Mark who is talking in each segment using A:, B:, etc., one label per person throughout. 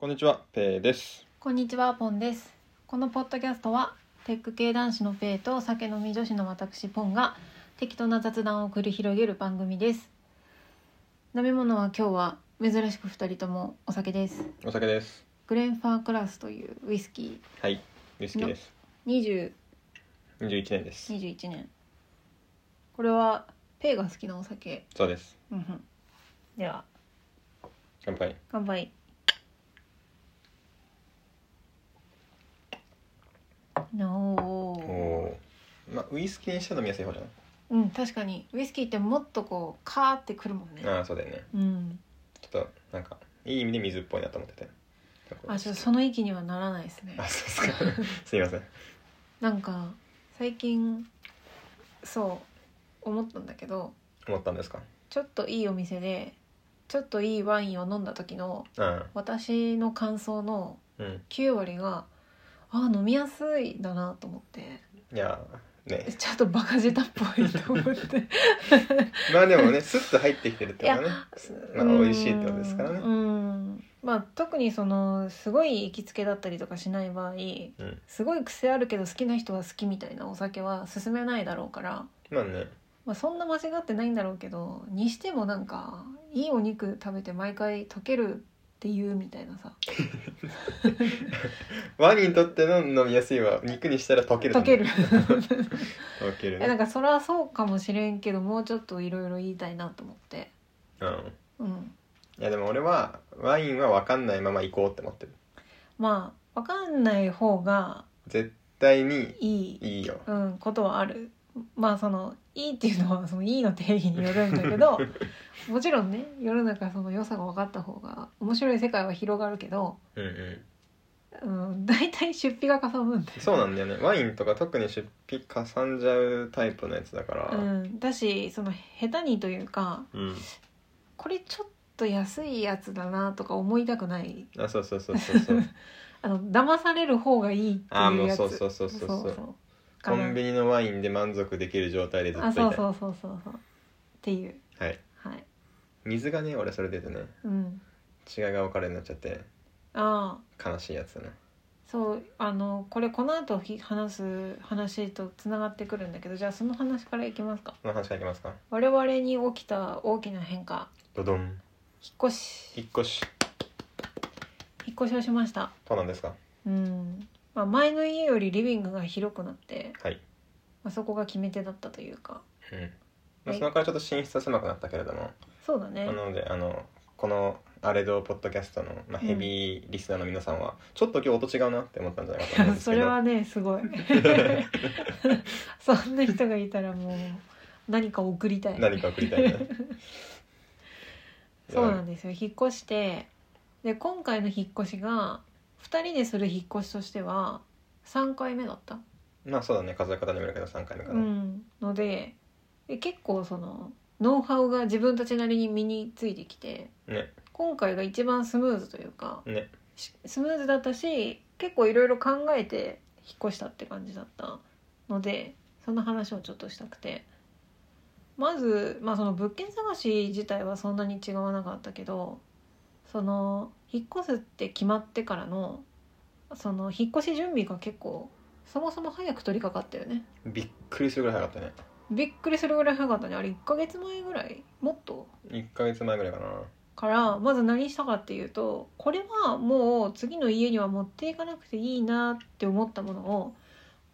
A: こんにちは、ペイです。
B: こんにちはポンですこのポッドキャストはテック系男子のペイと酒飲み女子の私ポンが適当な雑談を繰り広げる番組です飲み物は今日は珍しく二人ともお酒です
A: お酒です。
B: グレンファークラスというウイスキ
A: はい、ウイスキーです。
B: ー
A: 21年です。
B: 2021年これはペイが好きなお酒
A: そうです。
B: うんうんでは
A: 乾杯。
B: 乾杯
A: お
B: おー
A: おー。まあ、ウイスキーにして飲みやすい方じゃな
B: うん確かにウイスキーってもっとこうカーってくるもんね
A: い。ああ、そうだよね。
B: うん
A: ちょっと、なんか、いい意味で水っぽいなと思ってて。
B: あちょっとその域にはならないですね
A: あ、そうです か。すいません。
B: なんか最近そう思ったんだけど
A: 思ったんですか。
B: ちょっといいお店でちょっといいワインを飲んだ時の
A: うん。
B: 私の感想の
A: うん。
B: 9割があ飲みやすいだなと思って
A: いやー、ね。
B: ちょっとバカ舌っぽいと思って
A: まあ、でもね、スッと入ってきてるってことね。 まあ、
B: うん
A: 美味しいってことですからね。
B: うんまあ特にそのすごい行きつけだったりとかしない場合
A: うん。
B: すごい癖あるけど好きな人は好きみたいなお酒は勧めないだろうから、
A: まあね。
B: まあ、そんな間違ってないんだろうけどにしてもなんかいいお肉食べて毎回溶けるっていうみたいなさ
A: ワニにとっての飲みやすいは、肉にしたら溶ける。
B: 溶ける。
A: 溶ける
B: えなん
A: ね。
B: かそれはそうかもしれんけどもうちょっといろいろ言いたいなと思って
A: うん。
B: うん
A: いや、でも、俺は、ワインは分かんないまま行こうって思ってる。
B: まあわかんない方が
A: 絶対に
B: いい
A: いいよ
B: うん、ことはあるまあそのいいっていうのはそのいいの定義によるんだけ どもちろんね世の中その良さが分かった方が面白い世界は広がるけど、
A: うんう
B: うん、大体出費がかさむんで
A: ん、そうなんだよねワインとか特に出費かさんじゃうタイプのやつだから、
B: うん、だしその下手にというか
A: うん
B: これちょっと安いやつだなとか思いたくない
A: あそうそうそうそうそう
B: あの騙される方がいいって
A: あー
B: い
A: も
B: う
A: う
B: やつ
A: そうそうそうそうそう
B: うか
A: コ
B: な
A: ンビニのワインで満足できる状態でずっと
B: あ
A: いたい
B: そうそうそうそうそうっていう
A: はい
B: はい
A: 水がね俺それ出てね
B: うん
A: 違いが分かれになっちゃって
B: ああ
A: 悲しいやつだね
B: そうあのこれこの後ひ話す話とつながってくるんだけどじゃあその話からいきますか
A: この話からいきますか
B: 我々に起きた大きな変化
A: ドドン
B: 引っ越し
A: 引っ越し
B: 引っ越しをしました
A: そうなんですか
B: うん、まあ、前の家よりリビングが広くなって、
A: はい、
B: まあ、そこが決め手だったというか
A: うんま
B: は
A: あ、
B: い
A: そのからちょっと寝室は狭くなったけれども、
B: そうだね
A: なのであのこのアレドポッドキャストの、まあ、ヘビーリスナーの皆さんは、ちょっと今日音違うなって思ったんじゃないかと思うんですけ
B: そ
A: ど
B: れはねすごい そんな人がいたらもう何か送りたい
A: 何か送りたいね
B: そうなんですよ引っ越してで今回の引っ越しが2人でする引っ越しとしては3回目だった、
A: まあそうだね数え方にもよるけど3回目か
B: う
A: な、
B: ん、のでで結構そのノウハウが自分たちなりに身についてきて
A: ね
B: 今回が一番スムーズというか
A: ね
B: しスムーズだったし結構いろいろ考えて引っ越したって感じだったのでその話をちょっとしたくてまず、まあ、その物件探し自体はそんなに違わなかったけどその引っ越すって決まってからのその引っ越し準備が結構そもそも早く取り掛かったよね
A: びっくりするぐらい早かったね
B: びっくりするぐらい早かったねあれ1ヶ月前ぐらいもっと
A: 1ヶ月前ぐらいかな
B: からまず何したかっていうとこれはもう次の家には持っていかなくていいなって思ったものを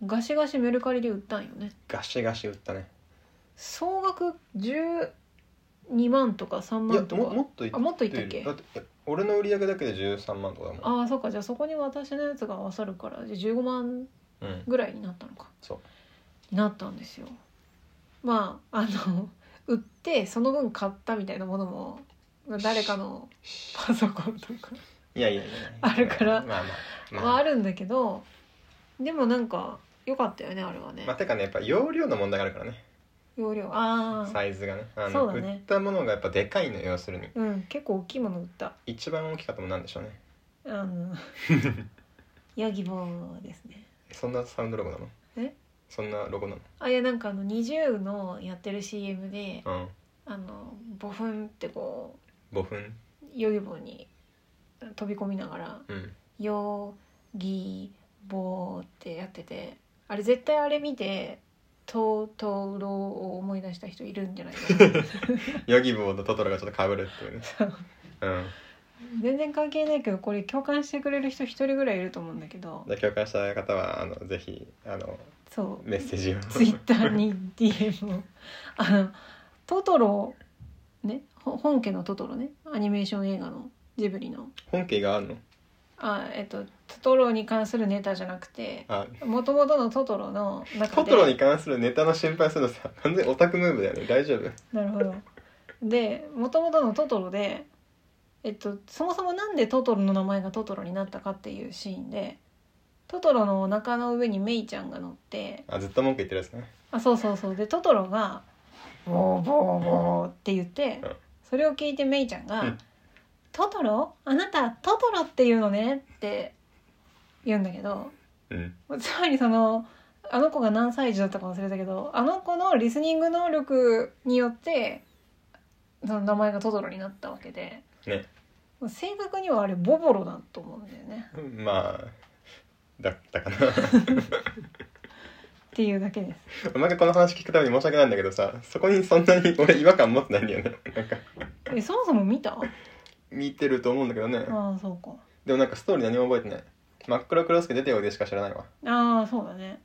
B: ガシガシメルカリで売ったんよね
A: ガシガシ売ったね
B: 総額12万とか3
A: いや
B: 万と
A: も
B: か
A: もっとい
B: あもっといったた
A: っ
B: っ
A: け
B: け
A: だってえ俺の売り上げだけで13万とかだもん
B: ああそっかじゃあそこに私のやつが合わさるからじゃあ15万
A: うん
B: ぐらいになったのか
A: そう
B: になったんですよまああの売ってその分買ったみたいなものもまあ誰かのパソコンとか
A: いやいやいや
B: あるから
A: まあまあまあ、
B: はあるんだけどでもなんか良かったよねあれはね、
A: まあてかねやっぱ容量の問題があるからね
B: 容量ああ
A: サイズがねあの
B: そうだね
A: 売ったものがやっぱでかいのよ要するに
B: うん結構大きいもの売った
A: 一番大きかったもんなんでしょうね
B: あのヤギボーですね
A: そんなサウンドロゴなの
B: え
A: そんなロゴなの
B: あいやなんかあの NiziU のやってる CM で
A: うん
B: あのボフンってこ
A: 5分
B: うヨギボーに飛び込みながら
A: うん
B: 「よぎぼー」ってやっててあれ絶対あれ見て「とうとうろう」を思い出した人いるんじゃないかな
A: ヨギボーとトトロがちょっとかぶるっていうね
B: そう
A: うん
B: 全然関係ないけどこれ共感してくれる人一人ぐらいいると思うんだけど
A: じゃあ共感した方はあのぜひあの
B: そう
A: メッセージを
B: ツイッターに DM をあのトトロねほ本家のトトロねアニメーション映画のジブリの
A: 本家があるの
B: あえっとトトロに関するネタじゃなくて
A: あ
B: もともとのトトロの中
A: ト
B: で
A: トロに関するネタの心配するのさ完全にオタクムーブだよね大丈夫
B: なるほどでもともとのトトロでえっとそもそもなんでトトロの名前がトトロになったかっていうシーンでトトロのお腹の上にメイちゃんが乗って
A: あずっと文句言ってるやつね
B: あそうそうそうでトトロが「ボーボーボー」って言って
A: うん
B: それを聞いてメイちゃんが
A: うん
B: 「トトロあなたトトロって言うのね」って言うんだけど
A: うん
B: つまりそのあの子が何歳児だったか忘れたけどあの子のリスニング能力によってその名前がトトロになったわけで
A: ね
B: 正確にはあれボボロだと思うんだよね
A: まあだったかな
B: っていうだけです。
A: お前がこの話聞くために申し訳ないんだけどさそこにそんなに俺違和感持ってないんだよねなんか
B: えそもそも見た
A: 見てると思うんだけどね
B: ああそうか
A: でもなんかストーリー何も覚えてない真っ黒クロスケ出ておいでしか知らないわ
B: ああそうだね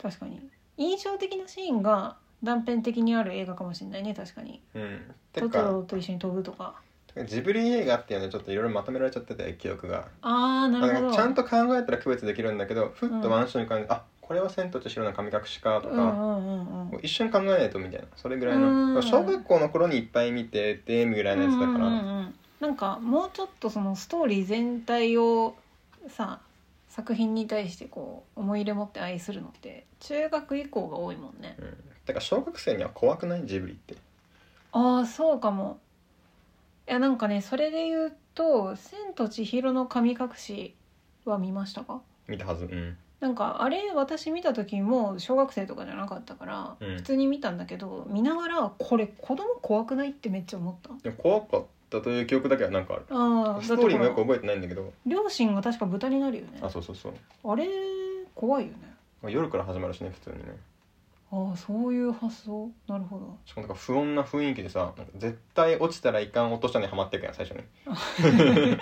B: 確かに印象的なシーンが断片的にある映画かもしれないね確かに
A: うんて
B: ト
A: か
B: トロと一緒に飛ぶとか
A: ジブリ映画っていうのはちょっといろいろまとめられちゃってて記憶が
B: ああなる
A: な
B: ほ
A: ん
B: ど
A: かちゃんと考えたら区別できるんだけどふっとワンションに感じて、あこれは「千と千尋の神隠しか」と
B: う
A: か、
B: んうんうんう
A: も
B: ん
A: う一瞬考えないとみたいなそれぐらいうの
B: ん
A: 小学校の頃にいっぱい見ててみぐらいのやつだから、
B: うんうんうんうんなんかもうちょっとそのストーリー全体をさ作品に対してこう思い入れ持って愛するのって中学以降が多いもんね
A: うんだから小学生には怖くないジブリって
B: ああそうかもいやなんかねそれで言うと「千と千尋の神隠し」は見ましたか
A: 見たはずうん
B: なんかあれ私見た時も小学生とかじゃなかったから、
A: うん
B: 普通に見たんだけど見ながらこれ子供怖くないってめっちゃ思った
A: でも怖かったという記憶だけはなんかある
B: ああ
A: ストーリーもよく
B: だって
A: 覚えてないんだけど
B: ほら両親が確か豚になるよね
A: あそうそうそう
B: あれ怖いよね
A: 夜から始まるしね普通にね
B: ああそういう発想なるほど
A: しかもなんか不穏な雰囲気でさなんか絶対落ちたらいかん落としたにはまっていくやん最初 に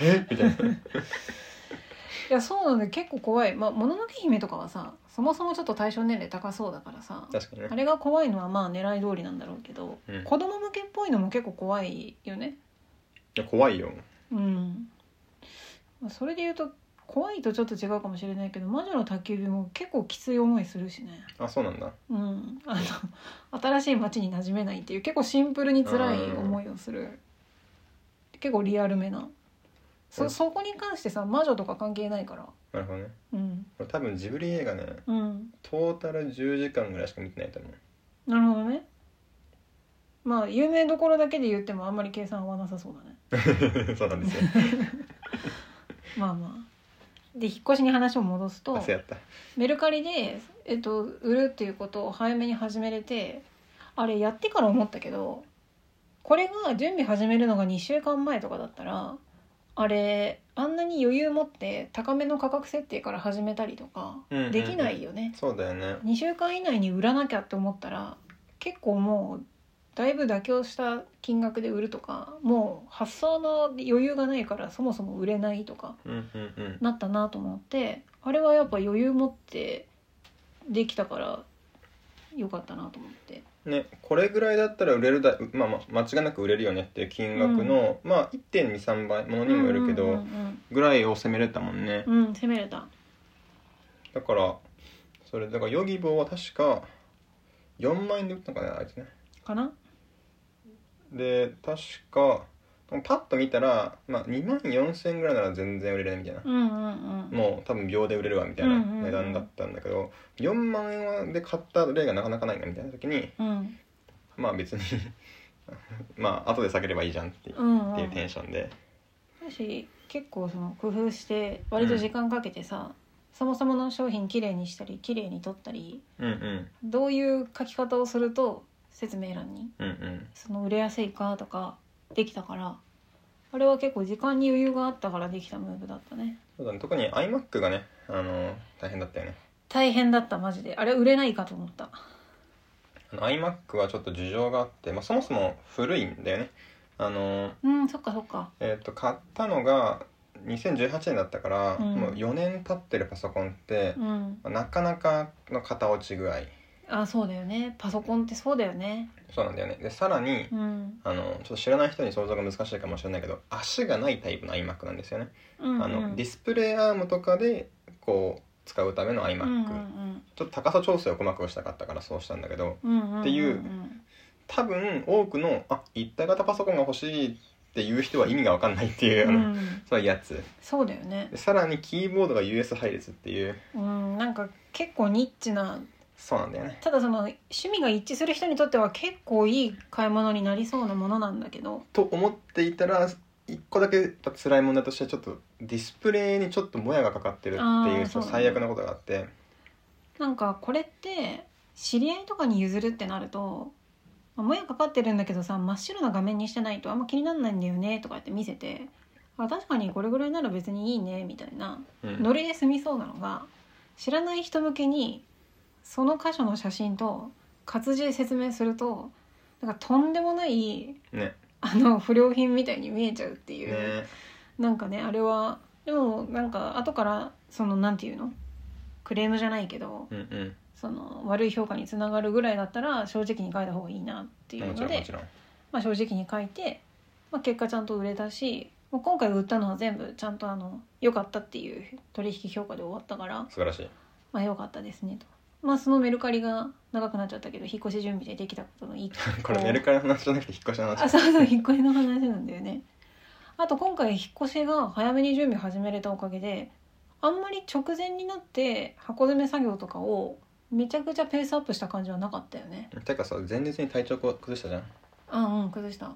A: えみたいない
B: やそうなんで結構怖いまあもののけ姫とかはさそもそもちょっと対象年齢高そうだからさ
A: 確かにね
B: あれが怖いのはまあ狙い通りなんだろうけど、
A: うん
B: 子供向けっぽいのも結構怖いよね
A: いや怖いよ
B: うんまあそれで言うと怖いとちょっと違うかもしれないけど魔女の宅急便も結構きつい思いするしね
A: あそうなんだ
B: うんあの新しい街に馴染めないっていう結構シンプルに辛い思いをする結構リアルめな
A: う
B: そ
A: ん
B: そこに関してさ魔女とか関係ないから
A: なるほどね
B: うん
A: これ多分ジブリ映画ね
B: うん
A: トータル10時間ぐらいしか見てないと思う
B: なるほどねまあ有名どころだけで言ってもあんまり計算はなさそうだね
A: そうなんですよ。
B: まあまあで引っ越しに話を戻すと
A: 汗やった。
B: メルカリで、えっと、売るっていうことを早めに始めれてあれやってから思ったけどこれが準備始めるのが2週間前とかだったらあれあんなに余裕持って高めの価格設定から始めたりとか
A: うんうんうん
B: できないよね、
A: そうだよね。
B: 2週間以内に売らなきゃって思ったら結構もうだいぶ妥協した金額で売るとかもう発想の余裕がないからそもそも売れないとか
A: うんうんうん。
B: なったなと思ってあれはやっぱ余裕持ってできたからよかったなと思って
A: ね、これぐらいだったら売れるだ、まあまあ間違いなく売れるよねっていう金額の、まあ1.23倍ものにもよるけど、
B: うんうん
A: ぐらいを攻めれたもんね。
B: うんうん、うん、攻めれた
A: だからそれだからヨギボーは確か4万円で売ったのかなあいつね。
B: かな
A: で確かパッと見たら、まあ、2万4千円ぐらいなら全然売れるねみたいな。
B: うんうんうん
A: もう多分秒で売れるわみたいな値段だったんだけど、4万円で買った例がなかなかないなみたいな時に
B: うん
A: まあ別に まあ後で下げればいいじゃんっていう,、
B: うんう
A: っていうんテンションで
B: だし結構その工夫して割と時間かけてさ、そもそもの商品きれいにしたりきれいに取ったり
A: うんうん
B: どういう書き方をすると説明欄に
A: うんうん
B: その売れやすいかとかできたからあれは結構時間に余裕があったからできたムーブだったね
A: そうだね特に iMac がねあの大変だったよね
B: 大変だったマジであれ売れないかと思った
A: あの iMac はちょっと事情があって、まあ、そもそも古いんだよねあの
B: うんそっかそっか
A: えっ、と買ったのが2018年だったから、
B: うん
A: もう4年経ってるパソコンって
B: う、ん
A: まあなかなかの型落ち具合
B: あそうだよねパソコンってそうだよね
A: そうなんだよねでさらに、
B: うん
A: あのちょっと知らない人に想像が難しいかもしれないけど足がないタイプの iMac なんですよね、
B: うんうん
A: あのディスプレイアームとかでこう使うための iMac、
B: うんうん
A: ちょっと高さ調整を細かくしたかったからそうしたんだけど
B: うんうんうんん
A: っていう多分多くのあ一体型パソコンが欲しいっていう人は意味が分かんないっていう、
B: う
A: あの
B: ん
A: そういうやつ
B: そうだよね
A: でさらにキーボードが US 配列っていう
B: うんなんか結構ニッチな
A: そうなんだよね
B: ただその趣味が一致する人にとっては結構いい買い物になりそうなものなんだけど
A: と思っていたら一個だけやっぱ辛い問題としてはちょっとディスプレイにちょっともやがかかってるって
B: あ
A: い
B: ー
A: うそう
B: そうなんだ
A: 最悪なことがあって
B: なんかこれって知り合いとかに譲るってなるとまあもやかかってるんだけどさ真っ白な画面にしてないとあんま気にならないんだよねとかって見せてあ確かにこれぐらいなら別にいいねみたいな
A: うん
B: ノリで済みそうなのが知らない人向けにその箇所の写真と活字で説明するとなんかとんでもない
A: ね
B: あの不良品みたいに見えちゃうっていう、
A: ね
B: なんかねあれはでもなんか後からそのなんていうのクレームじゃないけど
A: うんうん
B: その悪い評価につながるぐらいだったら正直に書いた方がいいなっていう
A: もち
B: の
A: ろんも
B: で
A: ち、ろん
B: まあ、正直に書いて、まあ、結果ちゃんと売れたしもう今回売ったのは全部ちゃんとあの良かったっていう取引評価で終わったから
A: 素晴らしい
B: まあ良かったですねと。まあそのメルカリが長くなっちゃったけど引っ越し準備でできたことのいい
A: これメルカリの話じゃなくて引っ越しの話
B: あそうそう引っ越しの話なんだよねあと今回引っ越しが早めに準備始めれたおかげであんまり直前になって箱詰め作業とかをめちゃくちゃペースアップした感じはなかったよね
A: てかさ前日に体調こ崩したじゃん
B: うんうん崩した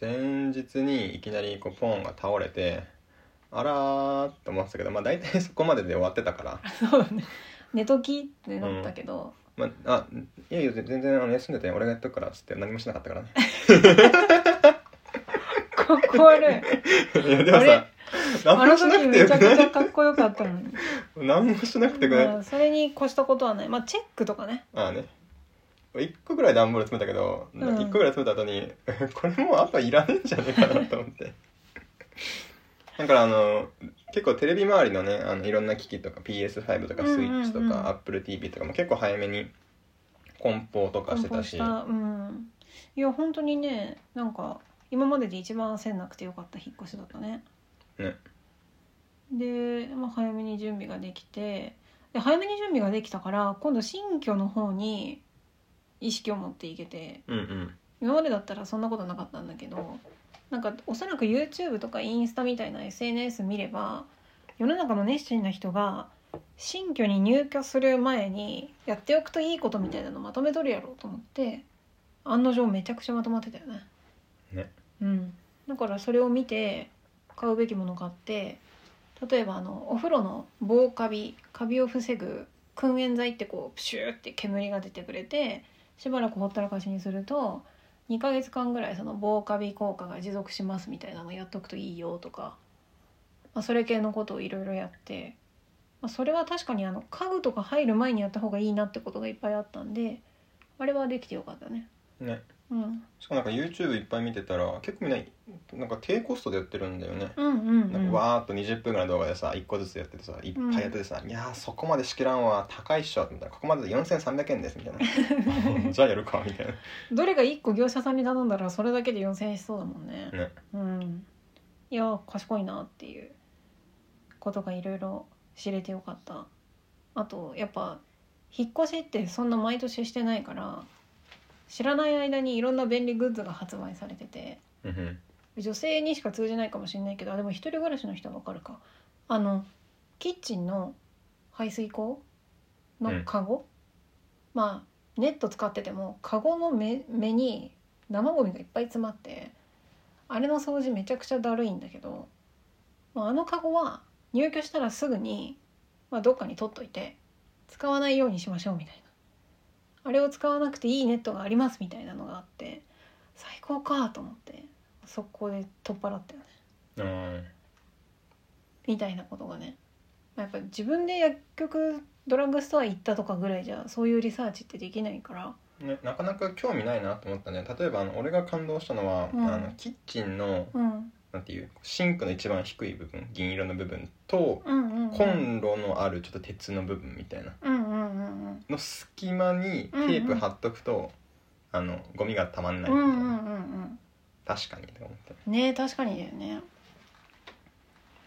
A: 前日にいきなりこうポーンが倒れてあらーって思ってたけどまあ大体そ こまでで終わってたから、
B: そうだね寝ときってなったけど、
A: まあ、あいやいや全然あの休んでて俺がやっとくからっつって何もしなかったから ね
B: かっこ悪い
A: いやでも
B: あ
A: さ
B: れあ
A: 何
B: の
A: もしな
B: 時
A: くてよ
B: めち
A: く
B: ゃくち
A: な
B: ゃ
A: い
B: かっこよかっ たのに、
A: 何もしなくてよくない、
B: まあ、それに越したことはないまあチェックとかね
A: ああね1個ぐらい段ボール詰めたけど、一
B: うん
A: 1個ぐらい詰めた後に これもうあといらねえんじゃねえかなと思って だからあの結構テレビ周りのねあのいろんな機器とか PS5 とか
B: うんうん
A: ス
B: う
A: イ
B: ん
A: ッチとか AppleTV とかも結構早めに梱包とかしてたし
B: 梱包したうんいや本当にねなんか今までで一番焦んなくてよかった引っ越しだったね
A: ね
B: で、まあ、早めに準備ができてで早めに準備ができたから今度新居の方に意識を持っていけて
A: うんうん
B: 今までだったらそんなことなかったんだけどなんかおそらく YouTube とかインスタみたいな SNS 見れば世の中の熱心な人が新居に入居する前にやっておくといいことみたいなのまとめとるやろうと思って案の定めちゃくちゃまとまってたよね。
A: ね
B: うん、だからそれを見て買うべきもの買って例えばあのお風呂の防カビカビを防ぐ燻煙剤ってこうプシューって煙が出てくれてしばらくほったらかしにすると2ヶ月間ぐらいその防カビ効果が持続しますみたいなのやっとくといいよとか、まあ、それ系のことをいろいろやって、まあ、それは確かにあの家具とか入る前にやった方がいいなってことがいっぱいあったんであれはできてよかったね。
A: ね
B: うん、
A: しかもなんか YouTube いっぱい見てたら結構みんななんか低コストでやってるんだよね、
B: うんうんうん
A: なんかわーっと20分ぐらいの動画でさ1個ずつやっててさいっぱいやっててさ「いやーそこまで仕切らんわ高いっしょ」みたいな「ここまでで4300円です」みたい な「じゃあやるか」みたいな
B: どれが1個業者さんに頼んだらそれだけで4,000円しそうだもんね
A: ね
B: うんいや賢いなっていうことがいろいろ知れてよかったあとやっぱ引っ越しってそんな毎年してないから知らない間にいろんな便利グッズが発売されてて
A: うんうん
B: 女性にしか通じないかもしれないけどあでも一人暮らしの人はわかるかあのキッチンの排水口のカゴ、まあネット使っててもカゴの目目に生ゴミがいっぱい詰まってあれの掃除めちゃくちゃだるいんだけど、まあ、あのカゴは入居したらすぐに、まあ、どっかに取っといて使わないようにしましょうみたいなあれを使わなくていいネットがありますみたいなのがあって最高かと思って速攻で取っ払ったよね
A: うん
B: みたいなことがね、まあ、やっぱり自分で薬局ドラッグストア行ったとかぐらいじゃそういうリサーチってできないから
A: ね、なかなか興味ないなと思ったね例えばあの俺が感動したのは、
B: うん
A: あのキッチンの
B: うん
A: なんていうシンクの一番低い部分銀色の部分と、
B: うんうんうん
A: コンロのあるちょっと鉄の部分みたいな
B: うんうんうん
A: の隙間にテープ貼っとくと、あのゴミがたまん
B: うん
A: な
B: う
A: いみ
B: ん
A: たいな、
B: うんうん
A: 確かにと思って
B: うんね確かにだよね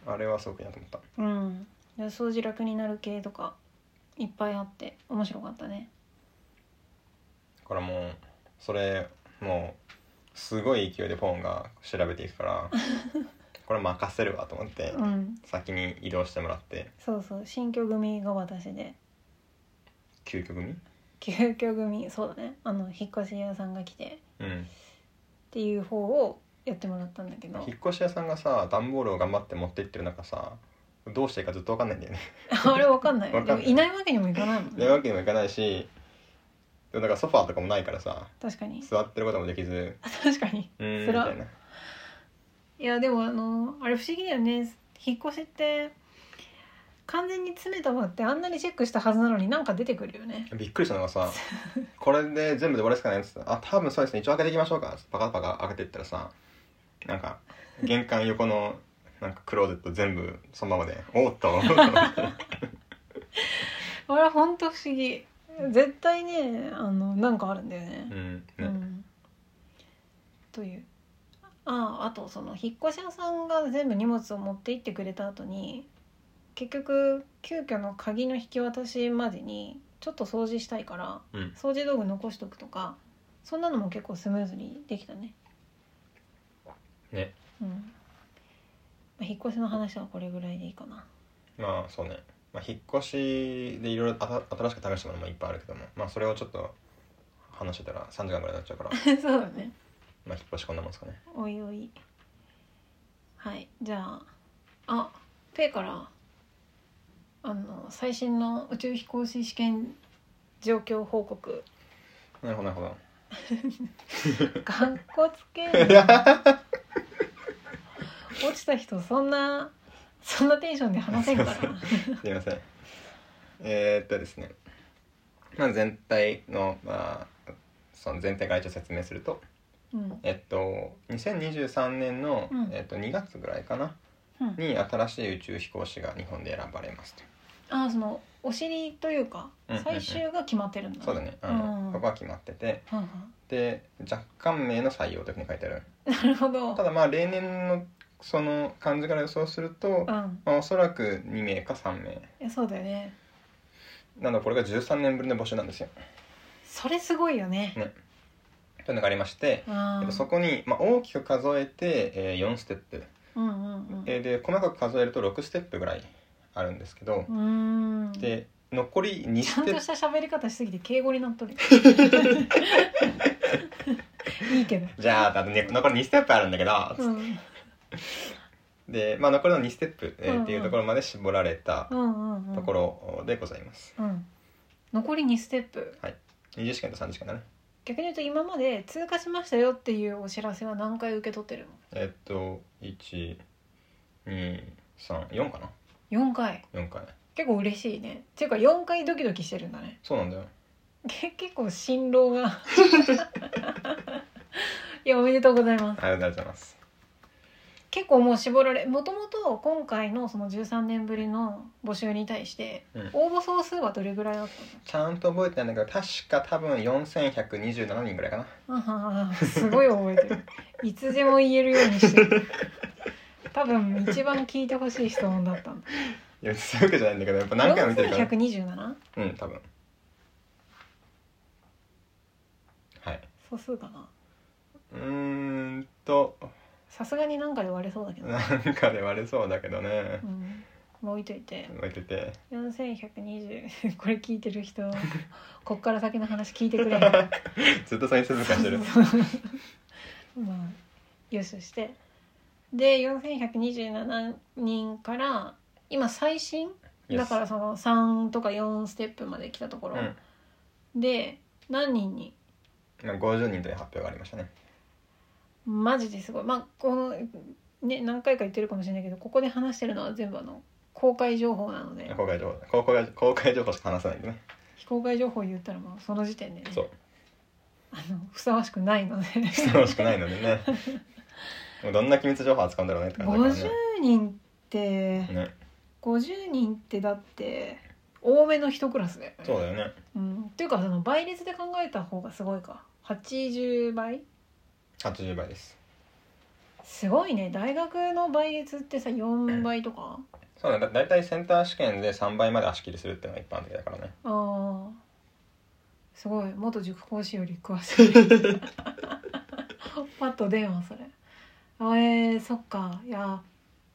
A: あれはすごくいいなと思った
B: うんで掃除楽になる系とかいっぱいあって面白かったね
A: だからもうそれもうすごい勢いでポンが調べていくからこれ任せるわと思って、
B: うん
A: 先に移動してもらって
B: そうそう新居組が私で
A: 究極に
B: 旧居組そうだねあの引っ越し屋さんが来て
A: うん
B: っていう方をやってもらったんだけど
A: 引っ越し屋さんがさ段ボールを頑張って持ってってる中さどうしていいかずっと分かんないんだよね。
B: あれわかんないよ
A: わかん
B: でも
A: ない
B: いないわけにもいかないもん
A: 寝る
B: ね
A: わけにもいかないしでもなんかソファーとかもないからさ
B: 確か に
A: 座ってることもできず
B: 確かに
A: うーん
B: つ
A: み
B: ら
A: たいない
B: やでもあのあれ不思議だよね引っ越しって完全に詰めたものってあんなにチェックしたはずなのになんか出てくるよね
A: びっくりしたのがさ これで全部で終わりですかねっつって「あ多分そうですね一応開けていきましょうか」パカパカ開けていったらさなんか玄関横のなんかクローゼット全部そのままで「おっと」
B: あれほんと不思議絶対ねあのなんかあるんだよね
A: う、ん
B: う
A: ね
B: ん、というあああとその引っ越し屋さんが全部荷物を持って行ってくれた後に結局急遽の鍵の引き渡しまでにちょっと掃除したいから
A: うん
B: 掃除道具残しとくとかそんなのも結構スムーズにできたね、
A: ね
B: うんまあ、引っ越しの話はこれぐらいでいいかな
A: まあそうね、まあ、引っ越しでいろいろあた新しく試したものもいっぱいあるけどもまあそれをちょっと話してたら3時間ぐらいになっちゃうから
B: そうだね
A: まあ引っ越しこんなもんですかね
B: おいおいはいじゃああペイからあの最新の宇宙飛行士試験状況報告
A: なるほどなるほど
B: か っこつけん な落ちた人そんなそんなテンションで話せんから
A: すいませんえー、っとですねまあ全体のまあその全体から一応説明すると
B: うん
A: えっと2023年の、
B: うん
A: えっと、2月ぐらいかな
B: うん
A: に新しい宇宙飛行士が日本で選ばれますと
B: あそのお尻というか
A: うんうんうん
B: 最終が決まってるんだ
A: そうだねあの、
B: うん
A: ここは決まってて
B: うんうん
A: で若干名の採用というふうに書いてある
B: なるほど
A: ただまあ例年のその感じから予想すると、
B: うん
A: まあ、おそらく2名か3名
B: いやそうだよね
A: なのでこれが13年ぶりの募集なんですよ
B: それすごいよね
A: というのがありまして、
B: あ
A: えっとそこに、まあ、大きく数えて、え4ステップ、
B: うんうんうん
A: えーで細かく数えると6ステップぐらいあるんですけど
B: う、ーん
A: で残り2
B: ちゃ
A: ス
B: ん
A: テ
B: と
A: ップ
B: した喋り方しすぎて敬語になっと るいいけど、
A: じゃああと、ね、残り2ステップあるんだけど、
B: うん、
A: で、まあ、残りの2ステップ、えー
B: うんうん
A: っていうところまで絞られた
B: うんうんうん
A: ところでございます
B: うん、残り2ステップ
A: 20試験と30試験だね
B: 逆に言うと今まで通過しましたよっていうお知らせは何回受け取ってる
A: えっと1234かな
B: の ?4 回
A: 4回
B: 結構嬉しいねっていうか4回ドキドキしてるんだね
A: そうなんだよ
B: け 結構辛労が いやおめでとうございます
A: ありがとうございます
B: 結構もう絞られもともと今回のその13年ぶりの募集に対して
A: うん
B: 応募総数はどれぐらいだっ
A: ちゃんと覚えてないんだけど確か多分4127人ぐらいかな
B: たの、 ああすごい覚えてるいつでも言えるように してる多分一番聞いてほしい質問だったんだ
A: いやそういうわけじゃないんだけどやっぱ何回も見てるから
B: 4127?
A: うん多分はい
B: 総数かな
A: うーんと
B: さすがに何かで割れそうだけど、う
A: なんかで割れそうだけどね
B: ん、もう置いといて
A: 置いてて
B: 4120 これ聞いて る人こっから先の話聞いてくれへんから
A: ずっとそれに静かにしてる
B: まあよしとしてで4127人から今最新 だからその3とか4ステップまで来たところ、
A: うん
B: で何人に
A: まあ50人という発表がありましたね
B: マジですごいまあこのね何回か言ってるかもしれないけどここで話してるのは全部あの公開情報なので
A: 公開情報公開公開情報しか話さないんでね
B: 非公開情報言ったらもうその時点でね
A: そう
B: あのふさわしくな いので
A: ふさわしくないのでね でもどんな機密情報扱うんだろうねって感じだか
B: 50人って
A: らねね
B: 50人ってだって多めの一クラスだよね
A: そうだよね
B: うん、っていうかその倍率で考えた方がすごいか80倍
A: 80倍です
B: すごいね大学の倍率ってさ4倍とか、
A: そうだねだ大体センター試験で3倍まで足切りするっていうのが一般的だからね
B: ああすごい元塾講師より詳しい パッと出んわそれあえー、そっかいや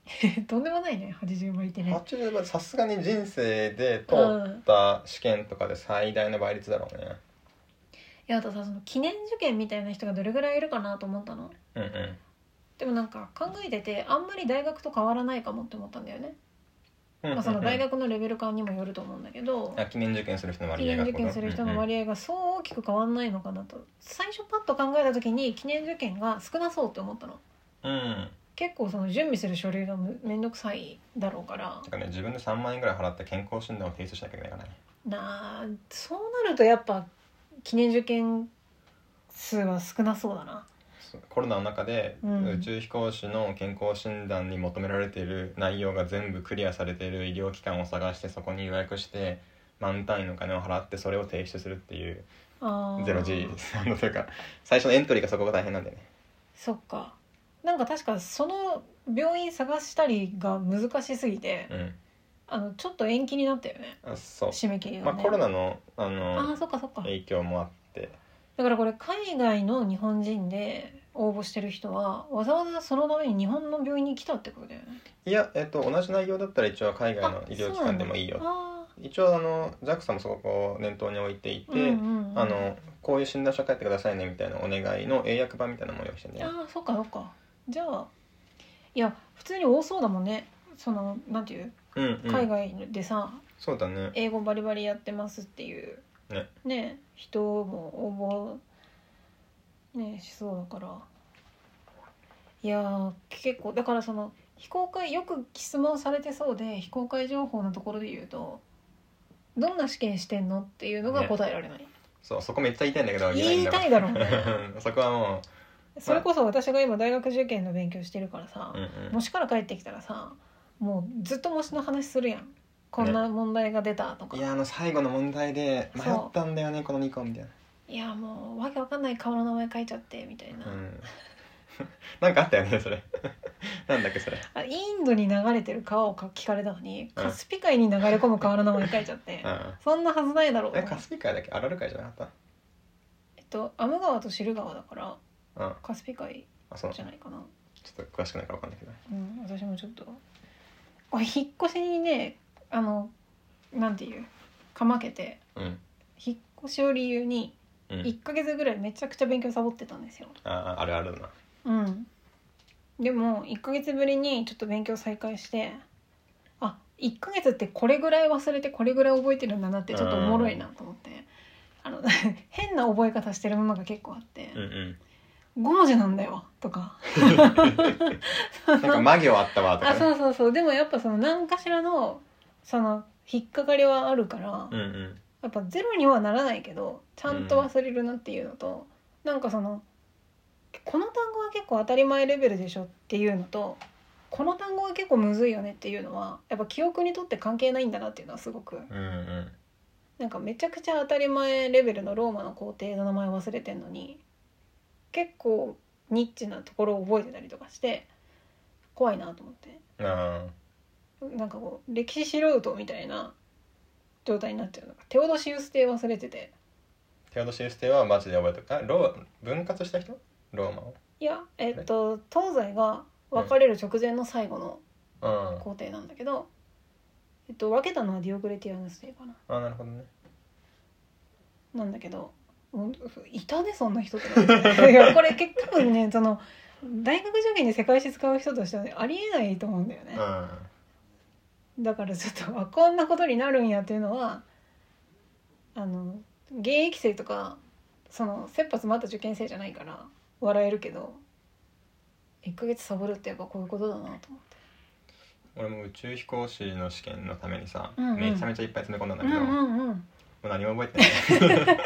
B: とんでもないね80倍ってね
A: 80倍さすがに人生で通
B: う
A: っ
B: ん
A: た試験とかで最大の倍率だろうね
B: いやあとさその記念受験みたいな人がどれぐらいいるかなと思ったの
A: うんうん
B: でもなんか考えててあんまり大学と変わらないかもって思ったんだよね、
A: うんうん
B: ま
A: う
B: あ、その大
A: ん
B: 学のレベル感にもよると思うんだけど
A: あ記念受験する人の
B: 記
A: 割合
B: 念
A: が
B: 受験する人の
A: 合
B: 割合がそう大きく変わんないのかなと最初パッと考えた時に記念受験が少なそうって思ったの
A: うんうん、うん
B: 結構その準備する書類がむめんどくさいだろうから
A: だからね自分で3万円ぐらい払って健康診断を提出しなきゃいけないからね
B: なあそうなるとやっぱ記念受験数は少なそうだな
A: そうコロナの中で、
B: うん
A: 宇宙飛行士の健康診断に求められている内容が全部クリアされている医療機関を探してそこに予約して満単位のお金を払ってそれを提出するっていう
B: あー
A: ゼロ G あのというか最初のエントリーがそこが大変なんだよね
B: そっかなんか確かその病院探したりが難しすぎてあのちょっと延期になったよね
A: うんあそう、
B: 締め切りが、ね
A: まあコロナのあ
B: あ
A: の
B: ーそっかそっか
A: 影響もあって
B: だからこれ海外の日本人で応募してる人はわざわざそのために日本の病院に来たってことだよね
A: いや、えっと、同じ内容だったら一応海外の医療機関でもいいよ
B: あ
A: 一応あの JAXA もそこを念頭に置いていて、
B: そうなんだあーうんうんうん
A: あのこういう診断書書いてくださいねみたいなお願いの英訳版みたいなのも用意してね
B: ああそっかそっかじゃあいや普通に多そうだもんねそのなんていう
A: うん、うん、
B: 海外でさ、
A: そうだね
B: 英語バリバリやってますっていう
A: ね
B: 人も応募ねしそうだからいやー結構だからその非公開よく質問されてそうで非公開情報のところで言うとどんな試験してんのっていうのが
A: ね
B: 答えられない、
A: そうそこめっちゃ言いたいんだけど
B: 言い
A: ん
B: たいだろうね
A: そこはも
B: それこそ私が今大学受験の勉強してるからさ、
A: う、うんうん
B: 模、試から帰ってきたらさもうずっと模試の話するやんこんな問題が出たとか、
A: いやあの最後の問題で迷ったんだよねこの2個みたいない
B: やもうわけわかんない顔の名前書いちゃってみたいな、
A: うん、 なんかあったよねそれ なんだっけそれ
B: あインドに流れてる川をか聞かれたの
A: う
B: に
A: ん
B: カスピ海に流れ込む川の名前書いちゃって、
A: うん
B: そんなはずないだろうと
A: え
B: 思
A: カ
B: って
A: スピ海だっけアラル海じゃなかっ
B: えっとアム川とシル川だから
A: たうん
B: カスピ海
A: あそうち
B: じ
A: ょ
B: ゃないかな、
A: っと詳しくないから分かんないけど
B: うん、私もちょっとあ引っ越しにねあのなんていうかまけて
A: うん
B: 引っ越しを理由に
A: うん
B: 1ヶ月ぐらいめちゃくちゃ勉強サボってたんですよ
A: あーあるあるだな
B: うんでも1ヶ月ぶりにちょっと勉強再開してあ1ヶ月ってこれぐらい忘れてこれぐらい覚えてるんだなってちょっとおもろいなと思ってあの 変な覚え方してるものが結構あって
A: うんうん
B: 「5文字なんだよ」とか
A: なんか間行あったわとか
B: あ
A: ね
B: そうそうそうでもやっぱその何かしらのその引っかかりはあるから、
A: うんうん
B: やっぱゼロにはならないけどちゃんと忘れるなっていうのと、なんかそのこの単語は結構当たり前レベルでしょっていうのとこの単語は結構むずいよねっていうのはやっぱ記憶にとって関係ないんだなっていうのはすごく
A: うんうん
B: なんかめちゃくちゃ当たり前レベルのローマの皇帝の名前忘れてんのに結構ニッチなところを覚えてたりとかして怖いなと思って
A: あ
B: なんかこう歴史素人みたいな状態になっちゃうのがテオドシウス帝忘れてて。
A: ーテオドシウス帝はマジで覚えてるあロー分割した人ローマを
B: いやえっと東西が別れる直前の最後の
A: うん
B: 工程なんだけど、えっと、分けたのはディオクレティアヌス帝かな
A: あなるほどね
B: なんだけどうんいたねそんな人って ないやこれ結局ねその大学受験で世界史使う人としては、ね、ありえないと思うんだよね、
A: う
B: だからちょっとあこんなことになるんやっていうのはあの現役生とかその切羽詰まった受験生じゃないから笑えるけど1ヶ月サボるってやっぱこういうことだなと思って
A: 俺も宇宙飛行士の試験のためにさ、
B: うんうん
A: めちゃめちゃいっぱい詰め込んだんだ
B: うん
A: けど、も
B: うんうん
A: う何も覚えてない、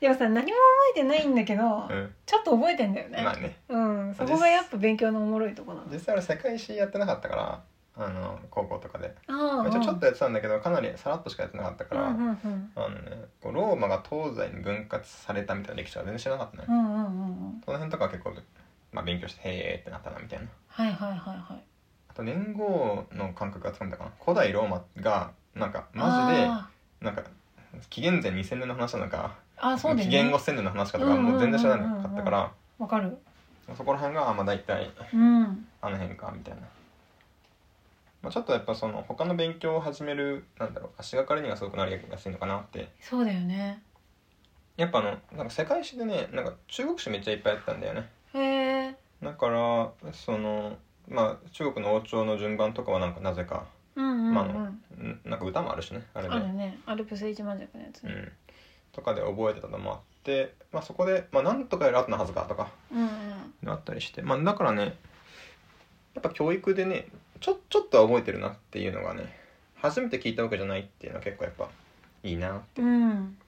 B: でもさ何も覚えてないんだけど、
A: うん、
B: ちょっと覚えてんだよね、
A: まあね
B: うんそこがやっぱ勉強のおもろいとこなんだ
A: 実際俺世界史やってなかったからあの高校とかで、
B: あ
A: まあ、ちょちょっとやってたんだけどかなりさらっとしかやってなかったか
B: う
A: ら、
B: んうんうん
A: あのね、こうローマが東西に分割されたみたいな歴史は全然知らなかったね、
B: うんうんうんうん
A: その辺とかは結構、まあ、勉強して「へえ」ってなったなみたいな
B: はいはいはいはい
A: あと年号の感覚がつかんだかな古代ローマがなんかマジで
B: あ
A: なんか紀元前2000年の話なのか、
B: ーあーそうだ
A: 紀
B: よ
A: 元後
B: ね
A: 1000年の話かとかもう全然知らなかったから、
B: わかる
A: そこら辺があまあ大体
B: うん
A: あの辺かみたいな、まあ、ちょっとやっぱその他の勉強を始めるなんだろう足がかりにはすごくなりやすいのかなって
B: そうだよね
A: やっぱあのなんか世界史でねなんか中国史めっちゃいっぱいやったんだよね
B: へえ
A: だからそのまあ中国の王朝の順番とかはなんかなぜか
B: うんうんうん、
A: まああのんなんか歌もあるしねあれで、
B: あるねアルプス一万尺のやつ
A: う
B: ね、
A: ん、とかで覚えてたのもあって、まあ、そこで、まあ、なんとかより後のはずかとか
B: うん、うん
A: なったりして、まあ、だからねやっぱ教育でねちょちょっとは覚えてるなっていうのがね初めて聞いたわけじゃないっていうのは結構やっぱいいなって
B: うん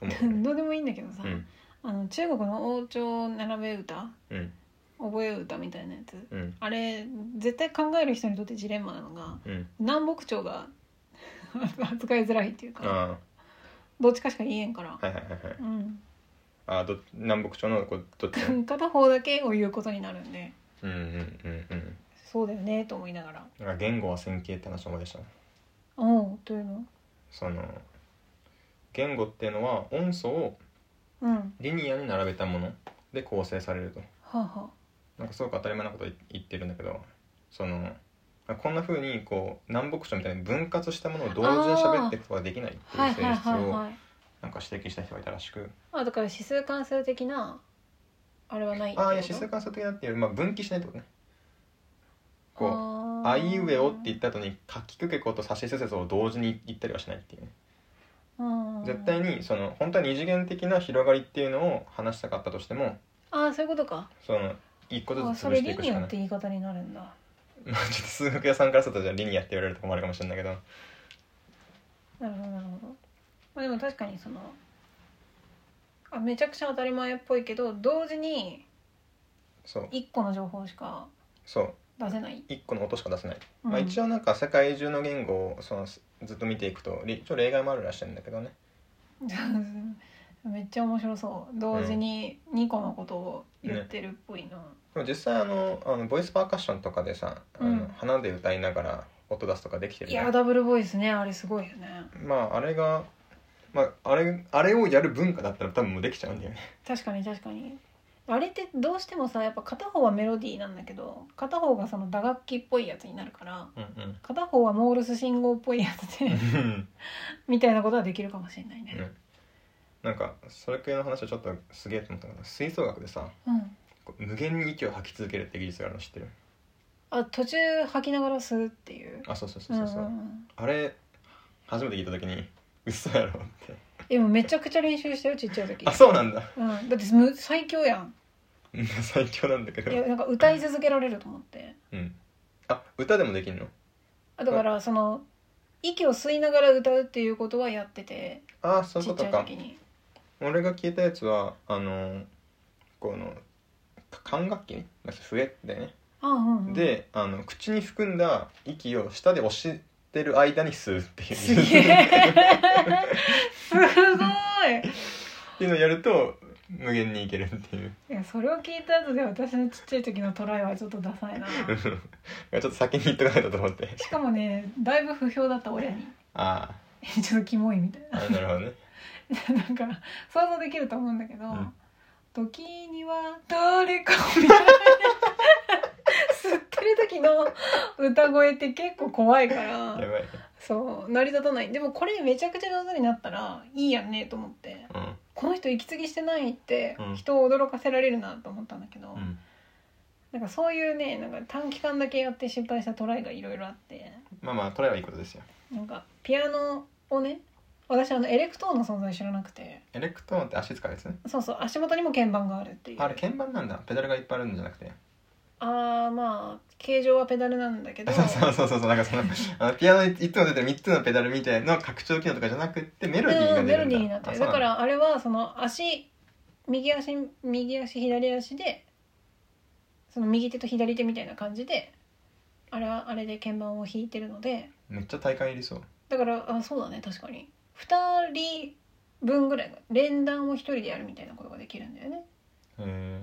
A: 思う、ね、
B: どうでもいいんだけどさ、
A: うん
B: あの中国の王朝並べ歌
A: うん
B: 覚え歌みたいなやつ
A: うん
B: あれ絶対考える人にとってジレンマなのが
A: うん
B: 南北朝が 扱いづらいっていう
A: あ
B: か
A: あ
B: どっちかしか言えんから、
A: はいはいはいはい
B: うん、
A: ああど南北朝のこうどっちも
B: 片方だけを言うことになるんで
A: うんうんうんうん
B: そうだよねと思いながら
A: なんか言語は線形って話もでしたね
B: 「おう」というの
A: その言語っていうのは音素を
B: うんは
A: リニアに並べたもので構成されると
B: あ、は
A: なんかすごく当たり前なこと言言ってるんだけどそのこんな風にこう南北朝みたいに分割したものを同時に喋っていくことができないって
B: あ、はいいう
A: 性
B: はい
A: 質
B: はい
A: を
B: はい
A: なんか指摘した人がいたらしく
B: あだから指数関数的なあれはない
A: ああいや
B: って
A: 指
B: こ
A: 数
B: と
A: 関数的なっていうよりまあ分岐しないってことねこう「
B: あー
A: あいうえお」って言った後に書きくけこと差しすせそを同時に言ったりはしないっていうね
B: うん
A: 絶対にその本当は二次元的な広がりっていうのを話したかったとしても
B: ああそういうことか
A: その一個ずつ
B: あそ
A: 潰
B: れ
A: して
B: リ
A: いく
B: ニ
A: しか
B: ア
A: な
B: っ
A: い
B: て言い方になるんだ
A: まあちょっと数学屋さんからするとじゃあリニアって言われると困るかもしれないけど
B: なるほどなるほど、まあ、でも確かにそのあめちゃくちゃ当たり前っぽいけど同時に
A: そう
B: 一個の情報しか
A: そう
B: 出せない、
A: 一個の音しか出せない、
B: うん
A: まあ、一応なんか世界中の言語をそのずずっと見ていくとり一応例外もあるらしいんだけどね
B: めっちゃ面白そう同時に2個のことを言ってるっぽいな、
A: でも実際あのあのボイスパーカッションとかでさあの、
B: うん
A: 花で歌いながら音出すとかできてる
B: い
A: じゃん
B: やダブルボイスねあれすごいよね
A: まああれが、まあ、あれあれをやる文化だったら多分もうできちゃうんだよね
B: 確かに確かにあれってどうしてもさやっぱ片方はメロディーなんだけど片方がその打楽器っぽいやつになるから
A: うん
B: 片方はモールス信号っぽいやつで
A: うん
B: みたいなことはできるかもしれないね
A: ねなんかそれ系の話はちょっとすげえと思ったけど吹奏楽でさ
B: うん
A: こう無限に息を吐き続けるって技術があるの知ってる
B: あ途中吐きながら吸うっていう
A: あそうそうそうそうそう、
B: んんん
A: あれ初めて聞いた時に嘘やろって
B: でもめちゃくちゃ練習したよちっちゃい時
A: あそうなんだ
B: う、ん、だってむ最強やん
A: 最強なんだけど
B: いやなんか歌い続けられると思って
A: うんあ歌でもできんの
B: あだからその息を吸いながら歌うっていうことはやってて
A: あそういう
B: ち
A: こと
B: っちゃい
A: か
B: 時に
A: 俺が聞いたやつはあのこのか管楽器まあ笛ってね、
B: あうん、うん、
A: であの口に含んだ息を舌で押してる間に吸うっていう
B: すげえすごい
A: っていうのをやると無限にいけるっていう
B: いやそれを聞いた後で私のちっちゃい時のトライはちょっとダサ いな
A: ちょっと先に言っとかないとと思って
B: しかもねだいぶ不評だった親に
A: あ
B: ちょっとキモいみたい
A: ーあなるほ どね
B: ななんか想像できると思うんだけど
A: うん
B: 「時には誰か」みたいな吸ってる時の歌声って結構怖いか
A: や
B: ら
A: ばいね
B: そう成り立たないでもこれめちゃくちゃ上手になったらいいやんねと思ってこの人息継ぎしてないって
A: うん
B: 人を驚かせられるなと思ったんだけど、
A: うん、うん
B: なんかそういうねなんか短期間だけやって失敗したトライがいろいろあって
A: まあまあトライはいいことですよ
B: なんかピアノをね私あのエレクトーンの存在知らなくて
A: エレクトーンって足使うやつね
B: そうそう足元にも鍵盤があるっていう
A: あれ鍵盤なんだペダルがいっぱいあるんじゃなくて
B: ああまあ形状はペダルなんだけ ど
A: そうそうそうそうなんかそのあのピアノいいつも出てる3つのペダルみたいの拡張機能とかじゃなくってメロディーが
B: うんメ
A: 出
B: ロ
A: るん
B: デ
A: だ
B: ィーになって
A: あ
B: る
A: そうな
B: だか
A: ん
B: らあれはその足右足右足左足でその右手と左手みたいな感じであれはあれで鍵盤を弾いてるので
A: めっちゃ体感いりそう
B: だからあそうだね確かに2人分ぐらいの連弾を1人でやるみたいなことができるんだよね。
A: へえ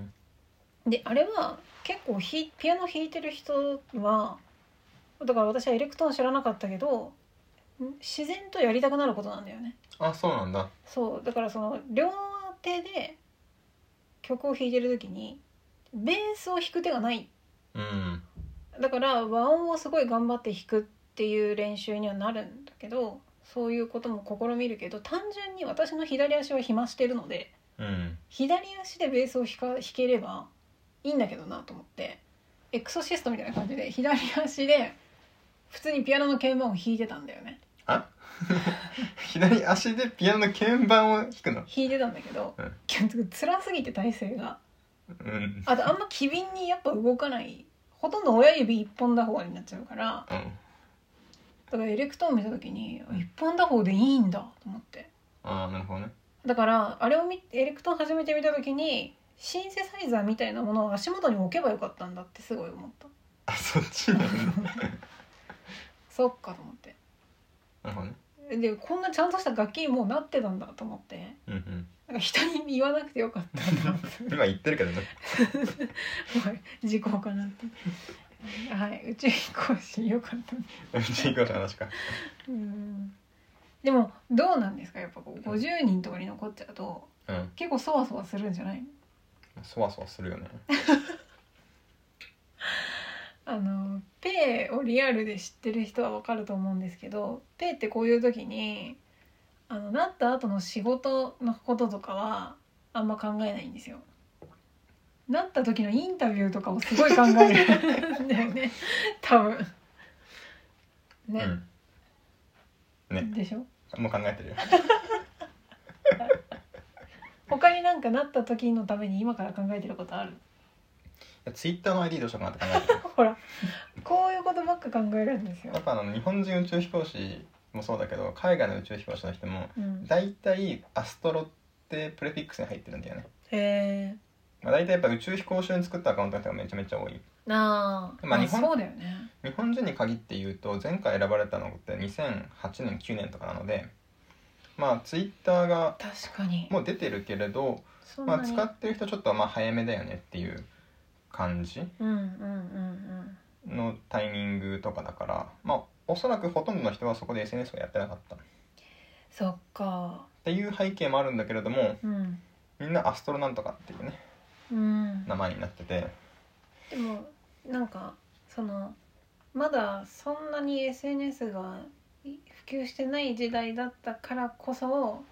B: であれは結構ひピアノ弾いてる人はだから私はエレクトーン知らなかったけどん自然とやりたくなることなんだよね。
A: あそうなんだ
B: そうだからその両手で曲を弾いてる時にベースを弾く手がない
A: うん
B: だから和音をすごい頑張って弾くっていう練習にはなるんだけどそういうことも試みるけど単純に私の左足は暇してるので
A: うん
B: 左足でベースを弾か弾ければいいんだけどなと思ってエクソシストみたいな感じで左足で普通にピアノの鍵盤を弾いてたんだよね
A: あ 左足でピアノの鍵盤を弾くの
B: 弾いてたんだけど、
A: うん
B: 辛すぎて体勢が。
A: うん
B: あとあんま機敏にやっぱ動かないほとんど親指一本打法になっちゃうから
A: うん
B: だからエレクトーン見た時にあ一本打法でいいんだと思って
A: ああなるほどね
B: だからあれを見エレクトーン初めて見た時にシンセサイザーみたいなものを足元に置けばよかったんだってすごい思った
A: あそっちなんだ
B: そっかと思って
A: なるほどね
B: でこんなちゃんとした楽器にもうなってたんだと思って
A: うんうん
B: なんか人に言わなくてよかったなって
A: 今言ってるけどね
B: 時効かなってはいうち飛行士よかった
A: うち行こうって話か
B: うんでもどうなんですかやっぱこう50人とかに残っちゃうと
A: うん
B: 結構そわそわするんじゃないの
A: そわそわするよね
B: あのペイをリアルで知ってる人はわかると思うんですけどペイってこういう時にあのなった後の仕事のこととかはあんま考えないんですよ。なった時のインタビューとかをすごい考えるんだよ ね多分。ね、
A: うんね
B: でしょ
A: もう考えてるよ
B: 他になんかなった時のために今から考えてることある
A: ツイッターの ID どうしようかなって考えてる
B: ほら、こういうことばっか考えるんですよ
A: やっ。ぱあの日本人宇宙飛行士もそうだけど海外の宇宙飛行士の人も
B: うん、
A: 大体アストロってプレフィックスに入ってるんだよね、
B: へえ。
A: まあ、大体やっぱ宇宙飛行士用に作ったアカウントの人がめちゃめちゃ多い
B: なあ。
A: まあ
B: まあ、
A: 日本
B: そうだよね。
A: 日本人に限って言うと前回選ばれたのって2008年9年とかなのでまあツイッターが
B: 確かに。
A: もう出てるけれど、
B: そん
A: ま
B: な
A: あ、
B: に
A: 使ってる人ちょっとまあ早めだよねっていう感じ
B: うんうんうん
A: のタイミングとかだからまあおそらくほとんどの人はそこで SNS をやってなかったっ
B: うん。そっか。
A: ていう背景もあるんだけれども
B: うん。
A: みんなアストロなんとかっていうね
B: うん。
A: 名前になってて
B: でも、なんか、その。まだそんなに SNS が普及してない時代だったからこそ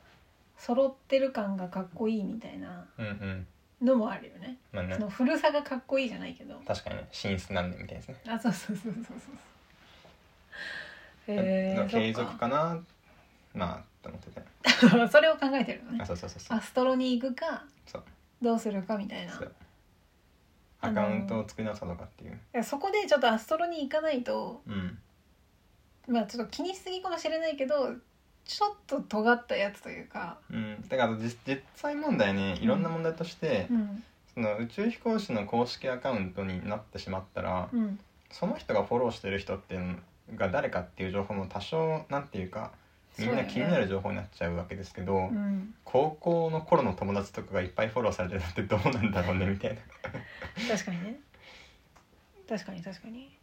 B: 揃ってる感がかっこいいみたいな
A: うんうん
B: のもあるよね
A: まあね
B: その古さがかっこいいじゃないけど
A: 確かにね進出なんでみたいですね、
B: あそうそうそうそうそうそうへえ
A: の継続かなまあと思ってて
B: そっか それを考えてるのね
A: あそうそうそうそう
B: アストロに行くか
A: そう
B: どうするかみたいな
A: そう
B: あ
A: ア
B: の
A: カウントを作り直したとかっていう、
B: いやそこでちょっとアストロに行かないと
A: うん、
B: まあちょっと気にしすぎかもしれないけどちょっと尖ったやつというか、
A: うん、だから実実際問題ねいろんな問題として、
B: うん
A: その宇宙飛行士の公式アカウントになってしまったら、
B: うん、
A: その人がフォローしてる人っていうのが誰かっていう情報も多少なんていうかみんな気になる情報になっちゃうわけですけど、
B: そうだよね、うん、
A: 高校の頃の友達とかがいっぱいフォローされてるのってどうなんだろうねみたいな
B: 確かにね確かに確かに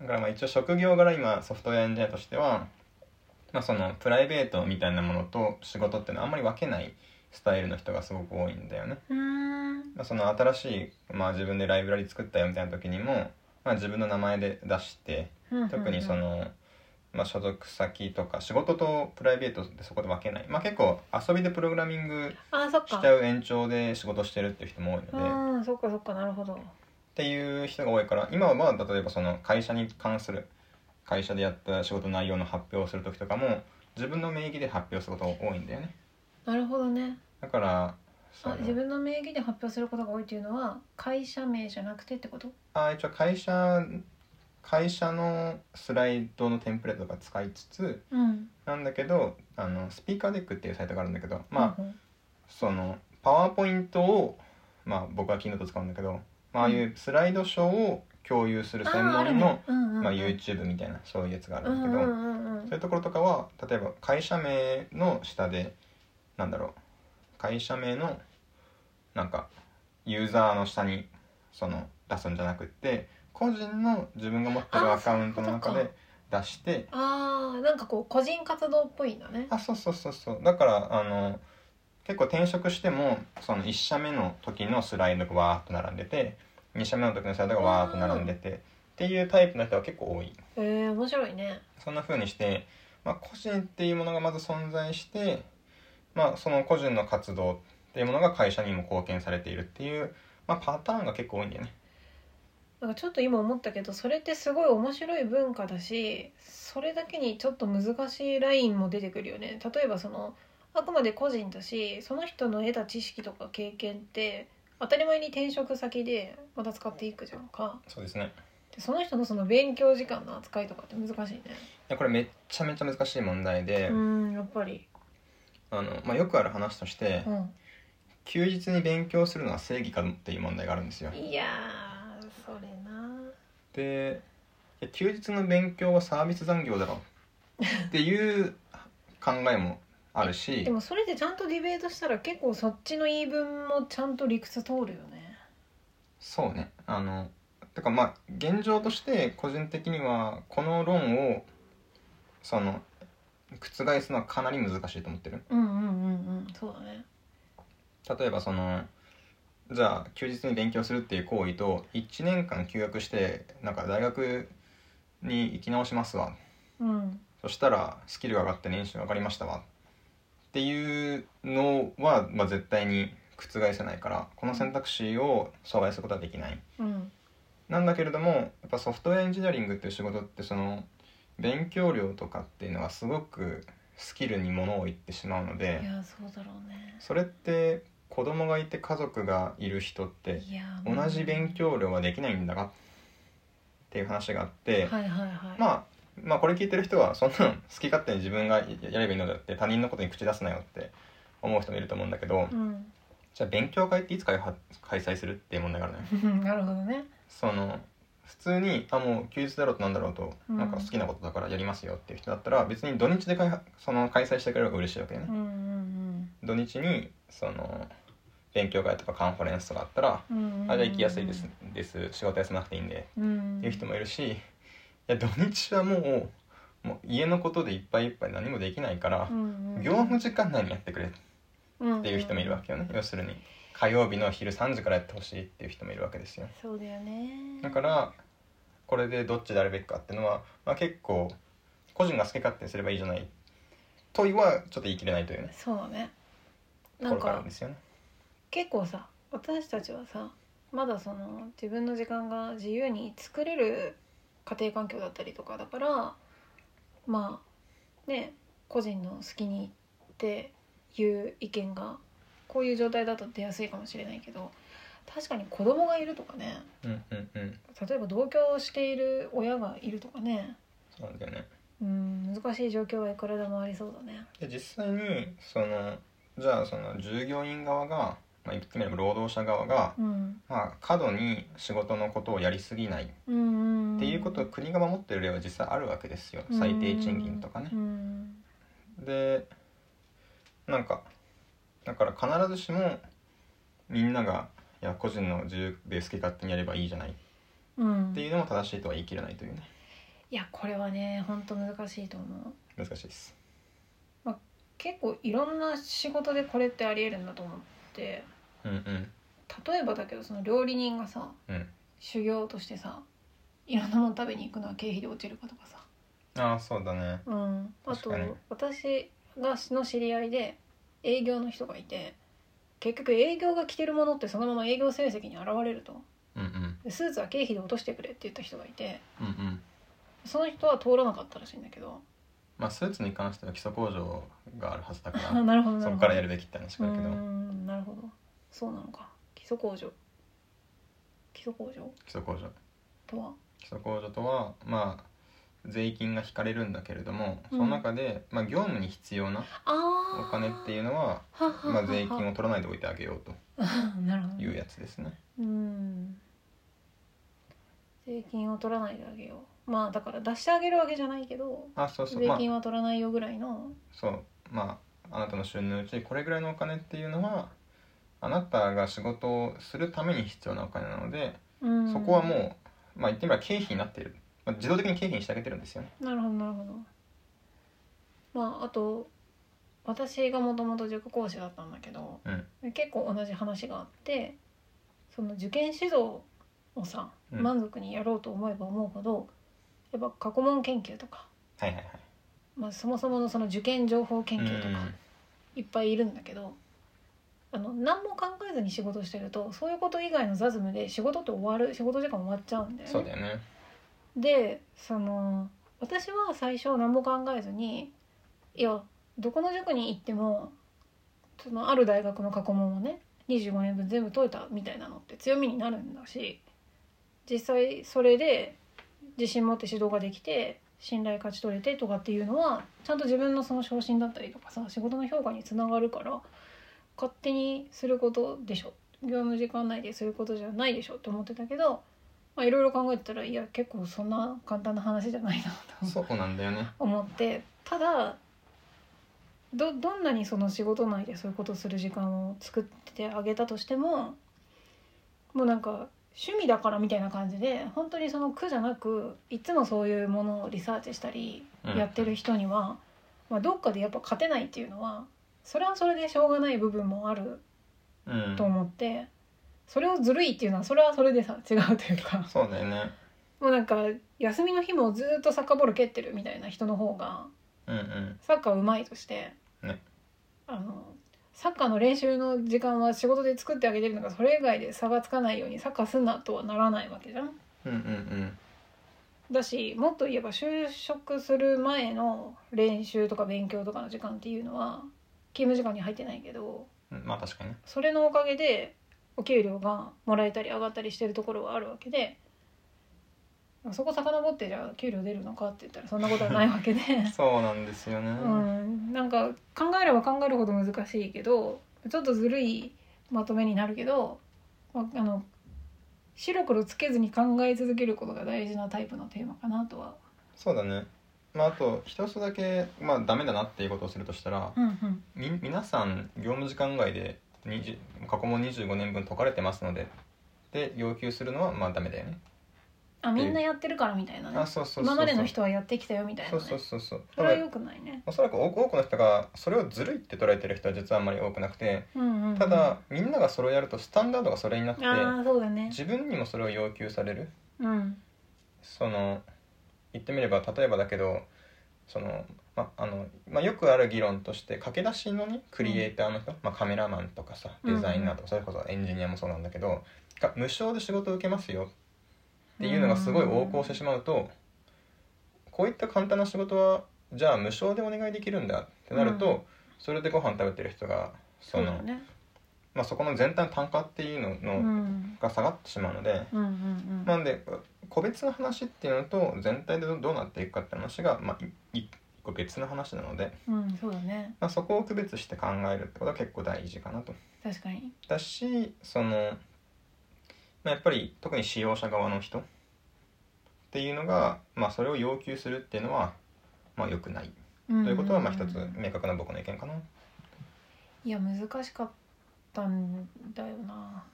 A: だからまあ一応職業柄今ソフトウェアエンジニアとしては、まあ、そのプライベートみたいなものと仕事っていうのはあんまり分けないスタイルの人がすごく多いんだよね。
B: うーん
A: まあ、その新しい、まあ、自分でライブラリ作ったよみたいな時にも、まあ、自分の名前で出して特にその、まあ、所属先とか仕事とプライベートでそこで分けない、まあ、結構遊びでプログラミング
B: あそっ
A: し
B: か
A: ちゃう延長で仕事してるっていう人も多いので。
B: うんそっかそっかなるほど
A: っていう人が多いから今はまあ例えばその会社に関する会社でやった仕事内容の発表をする時とかも自分の名義で発表することが多いんだよね
B: なるほどね
A: だからそう
B: あ
A: ね
B: 自分の名義で発表することが多いというのは会社名じゃなくてってこと
A: あ一応会社会社のスライドのテンプレートとか使いつつ
B: うん
A: なんだけどあのスピーカーデックっていうサイトがあるんだけどまあ、
B: うん
A: そのパワーポイントをまあ僕はキーノート使うんだけど、まあああいうスライドショーを共有する専
B: あーある
A: 門の
B: ねうんうんうん
A: まあ、YouTube みたいなそういうやつがあ
B: う
A: るん
B: ん
A: だけ
B: うん
A: ど、
B: うんうん
A: そういうところとかは例えば会社名の下でなんだろう会社名のなんかユーザーの下にその出すんじゃなくって個人の自分が持ってる
B: あー
A: アカウントの中
B: そういう
A: で出して
B: あーなんかこう個人活動っぽいんだね
A: あそうそうそうそうだからあの結構転職してもその1社目の時のスライドがわーっと並んでて2社目の時のスライドがわーっと並んでてっていうタイプの人は結構多い。
B: えー、面白いね
A: そんな風にして、まあ、個人っていうものがまず存在して、まあ、その個人の活動っていうものが会社にも貢献されているっていう、まあ、パターンが結構多いんだよね。
B: なんかちょっと今思ったけどそれってすごい面白い文化だしそれだけにちょっと難しいラインも出てくるよね例えばそのあくまで個人だしその人の得た知識とか経験って当たり前に転職先でまた使っていくじゃんか
A: そうですね
B: でその人のその勉強時間の扱いとかって難しいね
A: いやこれめっちゃめちゃ難しい問題で、
B: うんやっぱり
A: あのまあ、よくある話として、
B: うん
A: 休日に勉強するのは正義かっていう問題があるんですよ。
B: いやーそれな
A: でいや休日の勉強はサービス残業だろっていう考えもあるし
B: でもそれでちゃんとディベートしたら結構そっちの言い分もちゃんと理屈通るよね
A: そうねあのてかまあ現状として個人的にはこの論をその覆すのはかなり難しいと思ってる
B: うんうんうんうんそうだね
A: 例えばそのじゃあ休日に勉強するっていう行為と1年間休学してなんか大学に行き直しますわ
B: うん
A: そしたらスキルが上がって年収が上がりましたわっていうのは、まあ、絶対に覆せないからこの選択肢を阻害することはできない
B: うん
A: なんだけれどもやっぱソフトウェアエンジニアリングっていう仕事ってその勉強量とかっていうのがすごくスキルに物を言ってしまうの
B: い
A: で
B: やそうだろうね
A: それって子供がいて家族がいる人って
B: いや
A: 同じ勉強量はできないんだがっていう話があって、
B: はいはいはい
A: まあまあこれ聞いてる人はそんなの好 き勝手に自分がやればいいのだって他人のことに口出すなよって思う人もいると思うんだけど
B: うん
A: じゃあ勉強会っていつ開発開催するっていう問題があるのよ。
B: なるほどね
A: その普通にあもう休日だろうとなんだろうと、
B: うん
A: なんか好きなことだからやりますよっていう人だったら別に土日で開その開催してくれれば嬉しいわけよね
B: うん、うん
A: 土日にその勉強会とかカンファレンスとかあったら、
B: うんうんうん
A: あじゃあ行きやすいですです仕事休まなくていいんで
B: うん
A: っていう人もいるしいや土日はもうもう家のことでいっぱいいっぱい何もできないから、
B: うんうん
A: 業務時間内にやってくれっ
B: って
A: いう人もいるわけよね、要するに火曜日の昼3時からやってほしいっていう人もいるわけですよ。
B: そうだよね
A: だからこれでどっちであるべきかっていうのは、まあ、結構個人が好き勝手にすればいいじゃないとはちょっと言い切れないというね
B: そうだね
A: と
B: な
A: こ
B: ん
A: ろから
B: か
A: ですよね。
B: 結構さ私たちはさまだその自分の時間が自由に作れる家庭環境だったりとかだからまあね個人の好きにっていう意見がこういう状態だと出やすいかもしれないけど確かに子供がいるとかね
A: うんうんうん
B: 例えば同居している親がいるとかね
A: そうなんだよね
B: うん難しい状況はいくらでもありそうだね。
A: で実際にそのじゃあその従業員側が、まあ、言ってみれば労働者側が、
B: うん、
A: まあ、過度に仕事のことをやりすぎないっ
B: うんうんうん
A: ていうことを国が守ってる例は実際あるわけですよ最低賃金とかね。
B: うん
A: でなんかだから必ずしもみんながいや個人の自由で好き勝手にやればいいじゃないっ
B: うん
A: ていうのも正しいとは言い切れないというね
B: いやこれはね本当難しいと思
A: 難
B: う
A: しいです
B: 結構いろんな仕事でこれってありえるんだと思って
A: うんうん
B: 例えばだけどその料理人がさ
A: うん
B: 修行としてさいろんなもの食べに行くのは経費で落ちるかとかさ、
A: ああそうだね
B: うん、あ
A: 確
B: と
A: かに
B: 私がの知り合いで営業の人がいて結局営業が着てるものってそのまま営業成績に現れると
A: うんうん
B: でスーツは経費で落としてくれって言った人がいて
A: うんうん
B: その人は通らなかったらしいんだけど
A: まあスーツに関しては基礎工場があるはずだか
B: あ
A: ら
B: なるほどなるほど
A: そこからやるべきって話
B: う
A: が
B: ー
A: あるけど
B: んなるほどそうなのか基礎工場基礎工場
A: 基礎工場
B: とは
A: 基礎控除とはまあ税金が引かれるんだけれども、
B: うん
A: その中で、まあ、業務に必要な
B: あ
A: お金っていうのは
B: ははは
A: まあ、税金を取らないでおいてあげよう
B: なるほ
A: と
B: ど
A: いうやつですね。
B: うん税金を取らないであげようまあだから出してあげるわけじゃないけど
A: あそうそう
B: 税
A: まあ
B: 金は取らないよぐらいの
A: そうまああなたの収入のうちこれぐらいのお金っていうのはあなたが仕事をするために必要なお金なので、
B: うん
A: そこはもう、まあ、言ってみれば経費になっている、まあ、自動的に経費にしてあげてるんですよね。
B: なるほどなるほどまああと私がもともと塾講師だったんだけど、結構同じ話があってその受験指導をさ、
A: うん
B: 満足にやろうと思えば思うほどやっぱ過去問研究とか、
A: はいはい
B: まあ、そもそものその受験情報研
A: はい。
B: 究とかいっぱいいるんだけどあの何も考えずに仕事してるとそういうこと以外の雑務で仕事って終わる仕事時間終わっちゃうん
A: うん、
B: だよね。
A: そうだよね。
B: でその私は最初何も考えずにいやどこの塾に行ってもそのある大学の過去問をね25年分全部解いたみたいなのって強みになるんだし実際それで自信持って指導ができて信頼勝ち取れてとかっていうのはちゃんと自分のその昇進だったりとかさ仕事の評価につながるから勝手にすることでしょ業務時間内ですることじゃないでしょって思ってたけどまあ、いろいろ考えてたらいや結構そんな簡単な話じゃないなと
A: そうなんだよね。
B: 思ってただどどんなにその仕事内でそういうことをする時間を作ってあげたとしてももうなんか趣味だからみたいな感じで本当にその苦じゃなくいつもそういうものをリサーチしたり
A: うん
B: やってる人には、まあ、どっかでやっぱ勝てないっていうのはそれはそれでしょうがない部分もある
A: うん
B: と、思って、それをずるいっていうのはそれはそれでさ違うというか。
A: そうだよね。
B: もうなんか休みの日もずっとサッカーボール蹴ってるみたいな人の方が
A: うんうん。
B: サッカーうまいとして、
A: ね
B: あのサッカーの練習の時間は仕事で作ってあげてるのがそれ以外で差がつかないようにサッカーすんなとはならないわけじゃん。
A: うんうん
B: だしもっと言えば就職する前の練習とか勉強とかの時間っていうのは勤務時間に入ってないけど
A: うん。まあ確かにね。
B: それのおかげでお給料がもらえたり上がったりしてるところはあるわけでそこ遡ってじゃあ給料出るのかって言ったらそんなことはないわけで、
A: そうなんですよね。
B: うん、なんか考えれば考えるほど難しいけどちょっとずるいまとめになるけど、まあ、あの白黒つけずに考え続けることが大事なタイプのテーマかなとは。
A: そうだね。まあ、あと一つだけ、まあ、ダメだなっていうことをするとしたら、
B: うんうん、
A: み皆さん業務時間外で20過去問25年分解かれてますのでで要求するのはまあダメだよね。
B: あみんなやってるからみたいなね
A: あそうそうそうそう
B: 今までの人はやってきたよみたいな、
A: そ
B: ね、
A: うそうそうそう
B: そ
A: た
B: れは
A: だ
B: 良くないね。
A: おそらく多く多くの人がそれをずるいって捉えてる人は実はあんまり多くなくて
B: うんうんうん
A: ただみんながそれをやるとスタンダードがそれになって
B: ああそうだね
A: 自分にもそれを要求される
B: うん
A: その言ってみれば例えばだけどそのまあのまあ、よくある議論として駆け出しのねクリエイターの人、まあ、カメラマンとかさデザイナーとか、それこそエンジニアもそうなんだけどが無償で仕事を受けますよっていうのがすごい横行してしまうと、こういった簡単な仕事はじゃあ無償でお願いできるんだってなると、
B: うん
A: それでご飯食べてる人がそ
B: そう
A: の
B: だね
A: まあ、そこの全体の単価っていうのの、
B: うん
A: が下がってしまうので、
B: うんうんうん
A: なんで個別の話っていうのと全体でどどうなっていくかって話が、まあ、いい一個別の話なので、
B: うんそうだね
A: まあ、そこを区別して考えるってことは結構大事かなと。
B: 確かに
A: だしその、まあ、やっぱり特に使用者側の人っていうのが、まあ、それを要求するっていうのは、まあ、良くないと
B: と
A: いうことはまあ一つ明確な僕の意見かな。
B: いや難しかったんだよな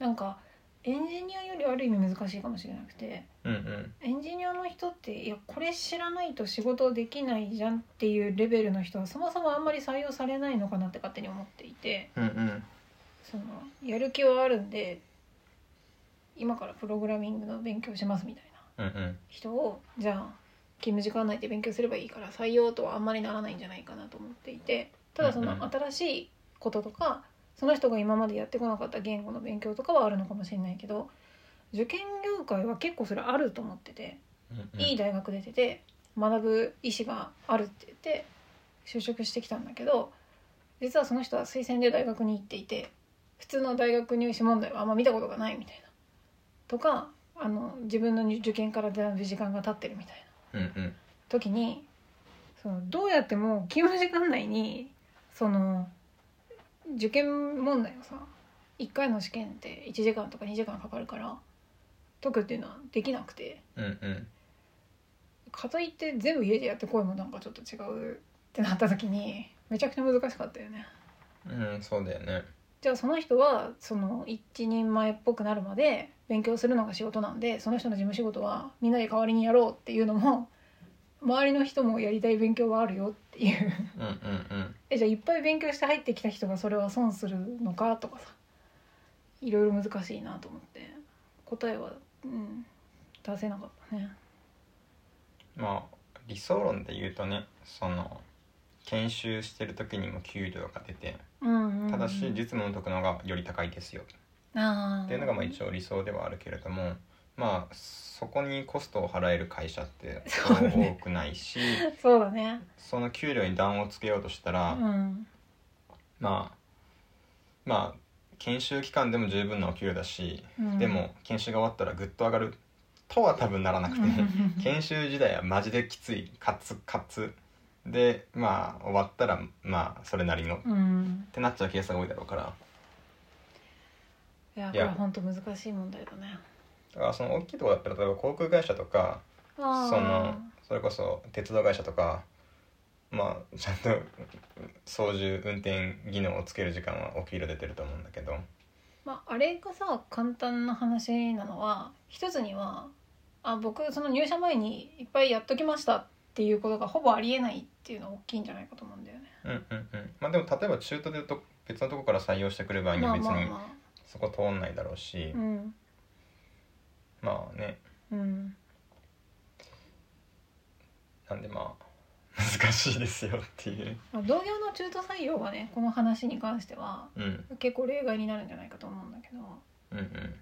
B: なんかエンジニアよりある意味難しいかもしれなくて
A: うんうん
B: エンジニアの人っていやこれ知らないと仕事できないじゃんっていうレベルの人はそもそもあんまり採用されないのかなって勝手に思っていて
A: うんうん
B: そのやる気はあるんで今からプログラミングの勉強しますみたいな
A: うんうん
B: 人をじゃあ勤務時間内で勉強すればいいから採用とはあんまりならないんじゃないかなと思っていてただそ
A: うんうん
B: の新しいこととかその人が今までやってこなかった言語の勉強とかはあるのかもしれないけど受験業界は結構それあると思ってて
A: うんうん
B: いい大学出てて学ぶ意思があるって言って就職してきたんだけど実はその人は推薦で大学に行っていて普通の大学入試問題はあんま見たことがないみたいなとかあの自分の受験からだいぶ時間が経ってるみたいな
A: うんうん
B: 時にそのどうやっても勤務時間内にその受験問題をさ1回の試験って1時間とか2時間かかるから解くっていうのはできなくて
A: うんうん
B: かといって全部家でやってこいもなんかちょっと違うってなった時にめちゃくちゃ難しかったよね。
A: うんそうだよね
B: じゃあその人はその一人前っぽくなるまで勉強するのが仕事なんでその人の事務仕事はみんなで代わりにやろうっていうのも周りの人もやりたい勉強はあるよっていう
A: うんうん
B: えじゃあいっぱい勉強して入ってきた人がそれは損するのかとかさいろいろ難しいなと思って答えは、うん、出せなかったね。
A: うんまあ理想論で言うとねその研修してる時にも給料が出て
B: うんうんうん、
A: ただし実務のとこの方がより高いですよ
B: あー
A: っていうのがまあ一応理想ではあるけれどもまあそこにコストを払える会社って
B: そうだね
A: 多くないし
B: そうだね、
A: その給料に段をつけようとした
B: う
A: ら、
B: ん、
A: まあまあ研修期間でも十分なお給料だし、
B: うん
A: でも研修が終わったらぐっと上がるとは多分ならなくて、研修時代はマジできついカツカツでまあ終わったらまあそれなりのっ
B: うん
A: てなっちゃうケースが多いだろうから
B: いや
A: い
B: これ
A: や
B: 本当難しい問題だね。
A: だからその大きいところだったら例えば航空会社とか
B: そ
A: そのそれこそ鉄道会社とかまあちゃんと操縦運転技能をつける時間はお給料出てると思うんだけど
B: まあ、あれがさ簡単な話なのは一つにはあ僕その入社前にいっぱいやっときましたっていうことがほぼありえないっていうのは大きいんじゃないかと思うんだよね。
A: うんうんうんまあでも例えば中途でと別のとこから採用してくる場合に
B: ま
A: は
B: あ
A: 別
B: まあ
A: に
B: ま
A: そこ通んないだろうし
B: あ、うん
A: まあね
B: うん、
A: なんでまあ難しいですよっていう
B: まあ、同業の中途採用はねこの話に関しては
A: うん
B: 結構例外になるんじゃないかと思うんだけど
A: うん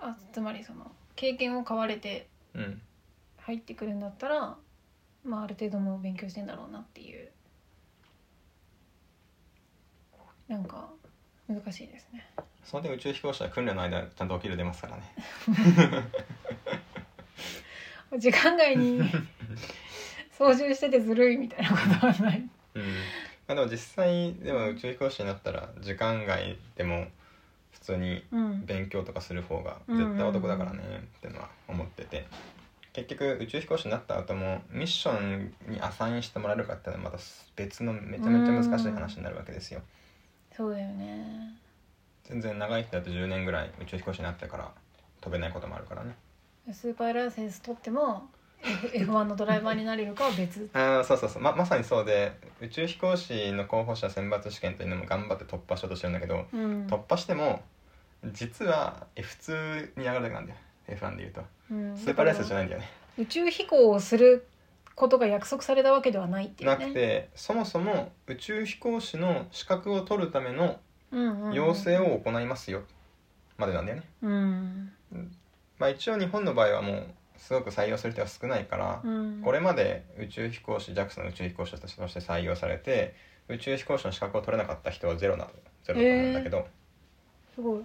B: あつまりその経験を買われて
A: うんうん
B: 入ってくるんだったら、まあ、ある程度もう勉強してんだろうなっていうなんか難しいですね
A: その点宇宙飛行士は訓練の間ちゃんとお給料出ますからね
B: 時間外 に操縦しててずるいみたいなことはない
A: うんまあでも実際でも宇宙飛行士になったら時間外でも普通に
B: うん
A: 勉強とかする方が絶対男だからねってのは思ってて結局宇宙飛行士になった後もミッションにアサインしてもらえるかっていうのはまた別のめちゃめちゃ難しい話になるわけですよ
B: そうだよね
A: 全然長い人だと10年ぐらい宇宙飛行士になってから飛べないこともあるからね
B: スーパーライセンス取っても F- F1 のドライバーになれるかは別
A: ああそうそうそうままさにそうで宇宙飛行士の候補者選抜試験というのも頑張って突破しようとしてるんだけど
B: うん
A: 突破しても実は F2 に上がるだけなんだよ F1 でいうと
B: うん
A: スーパーレースじゃないんだよね
B: 宇宙飛行をすることが約束されたわけではないっていう
A: な
B: ね
A: くてそもそも宇宙飛行士の資格を取るための
B: うんうんうん
A: 要請を行いますよまでなんだよね、
B: うん
A: まあ、一応日本の場合はもうすごく採用する人が少ないから、
B: うん
A: これまで宇宙飛行士 JAXA の宇宙飛行士として採用されて宇宙飛行士の資格を取れなかった人はゼロなゼロなんだけど、
B: すごい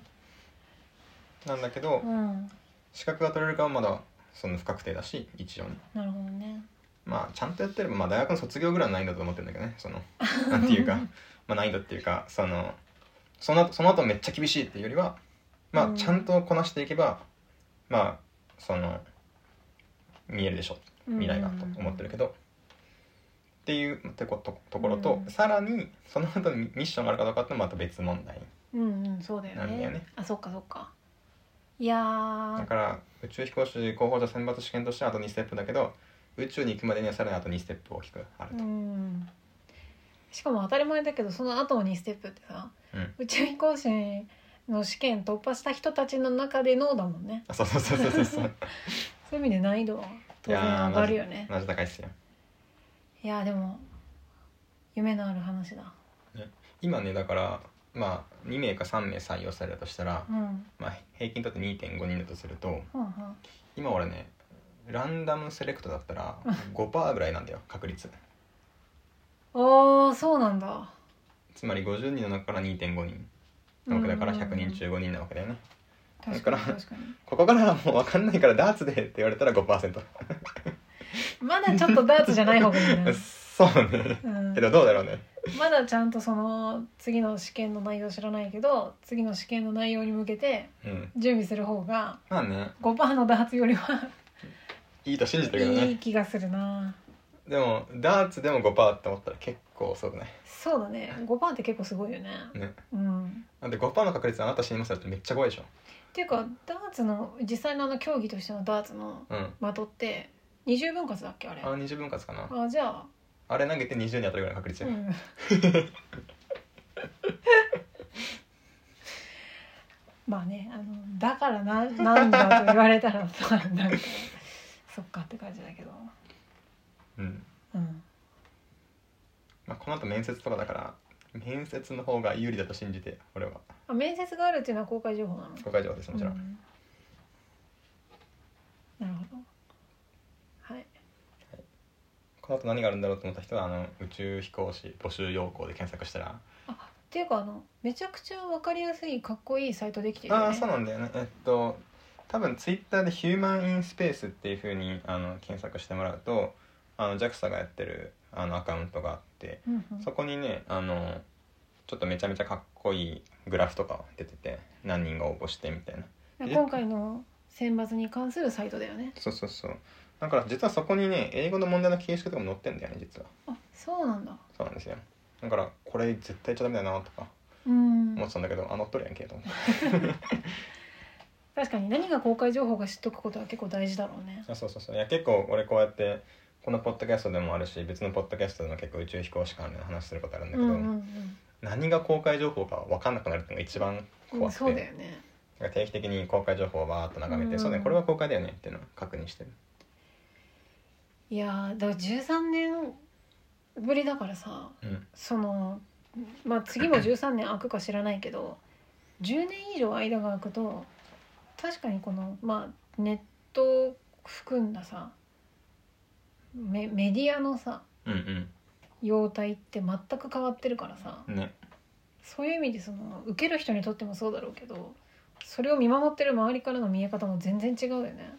A: なんだけど
B: うん
A: 資格が取れるかはまだその不確定だし一応ね
B: なるほどね
A: まあちゃんとやってれば、まあ、大学の卒業ぐらいの難易度だと思ってるんだけどねそ のなんていうかまあ難易度っていうかそのその後その後めっちゃ厳しいっていうよりはま
B: う
A: あ
B: ん
A: ちゃんとこなしていけば、まあその見えるでしょ未来がと思ってるけど、っていうてことところと、
B: うん
A: さらにその後にミッションがあるかどうかってまた別問題
B: どうんうんそうだよ
A: なん
B: ね
A: だよね
B: あそっかそっかいや
A: だ
B: ー
A: から宇宙飛行士候補者選抜試験としてはあと2ステップだけど宇宙に行くまでにはさらにあと2ステップ大きくあると、
B: うんしかも当たり前だけどその後にステップってさ、
A: うん
B: 宇宙飛行士の試験突破した人たちの中でのだもんね
A: あそうそうそうそうそうそ う
B: そういう意味で難易度は当然上がるよね
A: 同じ高いっすよ
B: いやーでも夢のある話だ
A: 今ねだからまあ2名か3名採用されたとしたら
B: う、ん
A: まあ、平均だって2.5人だとすると
B: はんはん
A: 今俺ねランダムセレクトだったら5%ぐらいなんだよ確率
B: ああそうなんだ
A: つまり50人の中から2.5人なわけだから100人中5人なわけだよね
B: 確かに
A: だから
B: 確かに
A: ここからはもう分かんないからダーツでって言われたら5%、
B: まだちょっとダーツじゃない方がいいな
A: そうね
B: うん
A: け、どどうだろうね
B: まだちゃんとその次の試験の内容知らないけど次の試験の内容に向けて
A: うん
B: 準備する方が
A: まあね
B: 5%のダーツよりはい
A: いと信じてるけど
B: いい
A: ね
B: 気がするな
A: でもダーツでも5%って思ったら結構遅くない
B: そうだね5%って結構すごいよね
A: ね
B: うん
A: だって5%の確率であなた死にますよってめっちゃ怖いでしょ
B: っていうかダーツの実際のあの競技としてのダーツの
A: うん
B: 的って20分割だっけあれ
A: あの20分割かな
B: あじゃあ、
A: あれ投げて20に当たるぐらいの確率
B: う
A: よ、
B: ん、 まあねあのだからななんだと言われたらまあなんか そっかって感じだけど、
A: うん
B: うん、
A: まあ、この後面接とかだから面接の方が有利だと信じて俺は
B: あ面接があるっていうのは公開情報なの
A: 誤解情報ですもちろん、
B: うんなるほどはい
A: この後何があるんだろうと思った人はあの宇宙飛行士募集要項で検索したら、
B: っていうかあのめちゃくちゃわかりやすいかっこいいサイトできてるよね
A: ああそうなんだよねえっと多分ツイッターで「ヒューマン・イン・スペース」っていうふうにあの検索してもらうとあの JAXA がやってるあのアカウントがあって
B: うんうん
A: そこにねあのちょっとめちゃめちゃかっこいいグラフとか出てて何人が応募してみたいな
B: 今回の選抜に関するサイトだよね
A: そうそうそうだから実はそこにね英語の問題の形式とかも載ってんだよね実は
B: あそうなんだ
A: そうなんですよだからこれ絶対言っちゃダメだなとか
B: うん
A: 思ってたんだけど、あ乗っとるやんけと思って
B: 確かに何が公開情報か知っとくことは結構大事だろうね
A: あそうそうそういや結構俺こうやってこのポッドキャストでもあるし別のポッドキャストでも結構宇宙飛行士関連の話することあるんだ
B: う
A: け
B: ん
A: ど、
B: うん
A: 何が公開情報か分かんなくなるっていうのが一番
B: う
A: 怖
B: ん
A: くて、
B: そうだよね
A: なんか定期的に公開情報をバーっと眺めて、
B: うん
A: そうねこれは公開だよねっていうのを確認してる
B: いやーだから13年ぶりだからさ
A: うん
B: そのまあ次も13年空くか知らないけど10年以上間が空くと確かにこのまあネットを含んださメメディアのさ
A: うん
B: 様態って全く変わってるからさ、
A: うんね
B: そういう意味でその受ける人にとってもそうだろうけどそれを見守ってる周りからの見え方も全然違うよね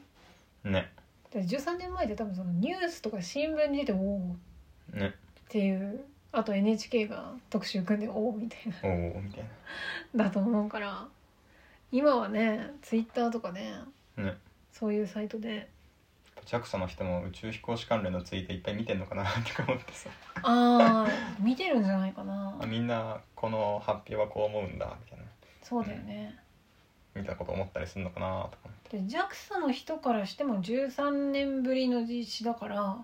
A: ね
B: だって13年前って多分そのニュースとか新聞に出て「おお」っ
A: ね
B: ていうあと NHK が特集組んで「おお」みたい
A: おおみたい
B: な だと思うから今はねツイッターとかね
A: なね
B: そういうサイトで
A: JAXA の人も宇宙飛行士関連のツイートいっぱい見てんのかなとか思ってさ
B: ああ見てるんじゃないかな
A: あみんなこの発表はこう思うんだみたいな
B: そうだよね
A: みたいなこと思ったりするのかなとか思って
B: で JAXA の人からしても13年ぶりの実施だから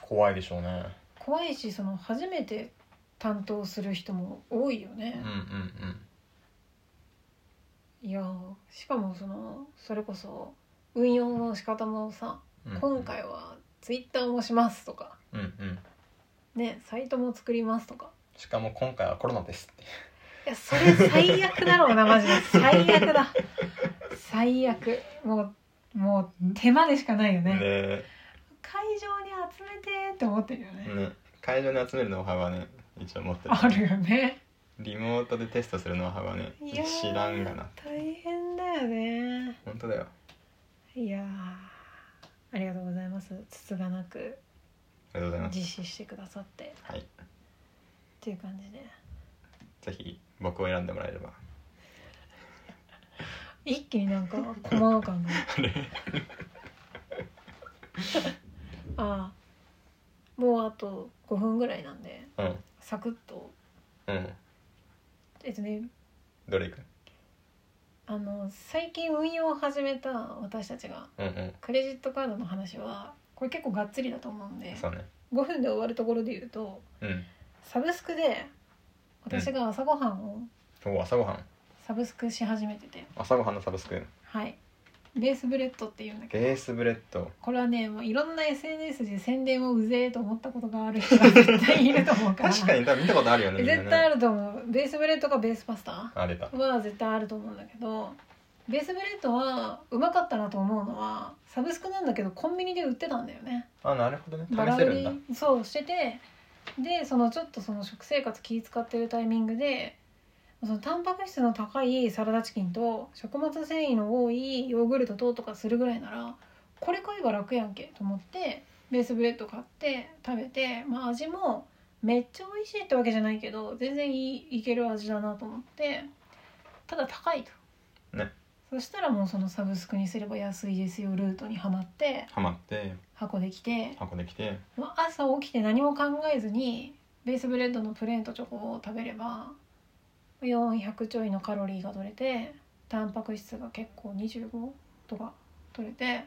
A: 怖いでしょうね
B: 怖いしその初めて担当する人も多いよ
A: う
B: ね
A: んうん、うん
B: いやーしかもそのそれこそ運用の仕方もさ、
A: うん
B: 今回はツイッターもしますとか
A: うんうん
B: ねサイトも作りますとか
A: しかも今回はコロナですって
B: いやそれ最悪だろうなマジで 最悪だ最悪もうもう手間でしかないよね
A: で、
B: 会場に集めてって思ってるよね、
A: ね、会場に集めるノウハウはね一応持って
B: あるよね
A: リモートでテストするノウハウはね
B: いやー
A: 知らんがな
B: 大変だよね
A: 本当だよ
B: いやーありがとうございますつつがなく
A: ありがとうございます
B: 実施してくださってっ
A: はい
B: ていう感じで
A: ぜひ僕を選んでもらえれば
B: 一気になんか小物感がああもうあと5分ぐらいなんで
A: うん
B: サクッと
A: うん
B: えっとね
A: どれいく
B: あの最近運用を始めた私たちが
A: うんうん
B: クレジットカードの話はこれ結構がっつりだと思うんで
A: そうね
B: 5分で終わるところで言うと
A: うん
B: サブスクで私が朝ごはんを
A: 今日朝ごはん
B: サブスクし始めてて。
A: 朝ごはんのサブスク
B: はい。ベースブレッドっていうんだけど、
A: ベースブレッド
B: これはね、もういろんな SNS で宣伝をうぜえと思ったことがある人が絶対いると思うから。
A: 確かに多分見たことあるよ ねみんなね
B: 絶対あると思う。ベースブレッドかベースパスタ
A: あ出た
B: は絶対あると思うんだけど、ベースブレッドはうまかったなと思うのはサブスクなんだけどコンビニで売ってたんだよね
A: あなるほどね試
B: バラ
A: せ
B: 売
A: るんだ
B: りそうしててでそのちょっとその食生活気使ってるタイミングでそのタンパク質の高いサラダチキンと食物繊維の多いヨーグルトととかするぐらいならこれ買えば楽やんけと思ってベースブレッド買って食べて、まあ、味もめっちゃ美味しいってわけじゃないけど全然いいいける味だなと思ってただ高いと。
A: ね
B: そしたらもうそのサブスクにすれば安いですよルートにはまって
A: ハマって
B: 箱できて
A: 箱できて
B: まあ朝起きて何も考えずにベースブレッドのプレーンとチョコを食べれば400ちょいのカロリーが取れてタンパク質が結構25とか取れて、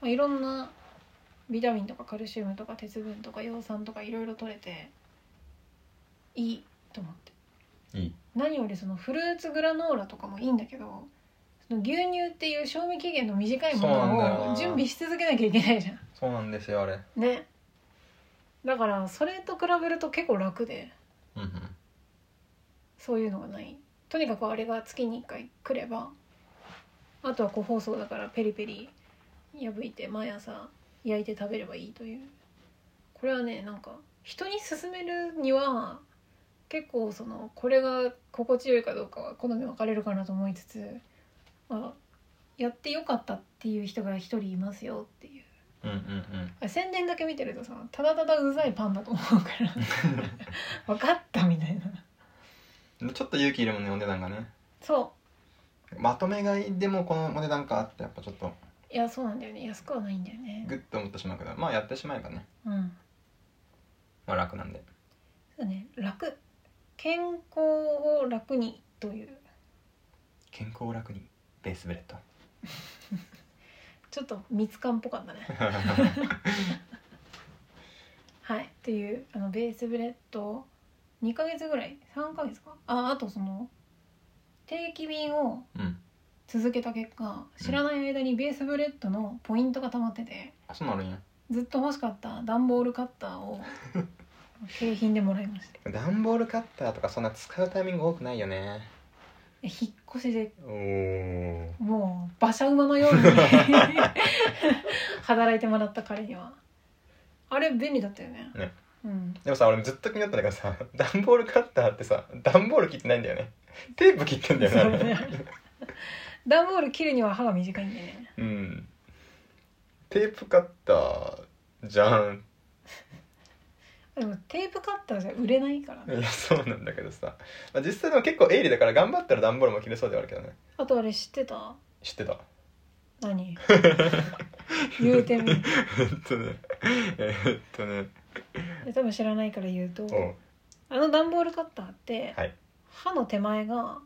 B: まあ、いろんなビタミンとかカルシウムとか鉄分とか葉酸とかいろいろ取れていいと思って
A: いい
B: 何よりそのフルーツグラノーラとかもいいんだけどその牛乳っていう賞味期限の短いも
A: そうなんだよ
B: のを
A: な
B: 準備し続けなきゃいけないじゃん。
A: そうなんですよあれ
B: ねだからそれと比べると結構楽で
A: うんうん
B: そういうのがないとにかくあれが月に1回来ればあとは個包装だからペリペリ破いて毎朝焼いて食べればいいというこれはねなんか人に勧めるには結構そのこれが心地よいかどうかは好み分かれるかなと思いつつ、まあ、やってよかったっていう人が一人いますよっていう。
A: うんうん
B: 宣伝だけ見てるとさただただうざいパンだと思うから 分かったみたいな
A: うんちょっと勇気いるもんねお値段がね
B: そ
A: まとめ買いでもこのお値段かってやっぱちょっと
B: ういやそうなんだよね安くはないんだよね
A: グッと思ってしまうけどまあやってしまえばね、
B: うん
A: まあ、楽なんで
B: そうね楽健康を楽にという
A: 健康を楽にベースブレ ッド
B: ちょっと密感っぽかった ねはいというあのベースブレッド2ヶ月ぐらい3ヶ月かああとその定期便を
A: うん
B: 続けた結果知らない間にベースブレッドのポイントが溜まってて、
A: あそうなるんや
B: ずっと欲しかった段ボールカッターを景品でもらいましたい
A: 段ボールカッターとかそんな使うタイミング多くないよね
B: や引っ越しで
A: おー
B: もう馬車馬のように 働いてもらった彼にはあれ便利だったよね
A: ね
B: うん
A: でもさ俺ずっと気になったんだけどさ 段ボールカッターってさ段ボール切ってないんだよねテープ切ってんだよねあれ
B: 段ボール切るには歯が短いんでね
A: うんテープカッターじゃん
B: でもテープカッターじゃ売れないからね
A: いや そうなんだけどさ、まあ、実際でも結構鋭利だから頑張ったら段ボールも切れそうではあるけどね
B: あとあれ知ってた
A: 知ってた
B: 何言うてみ
A: えっとねえっとね
B: 多分知らないから言うと
A: おう
B: あの段ボールカッターって、
A: はい
B: 刃の手前が、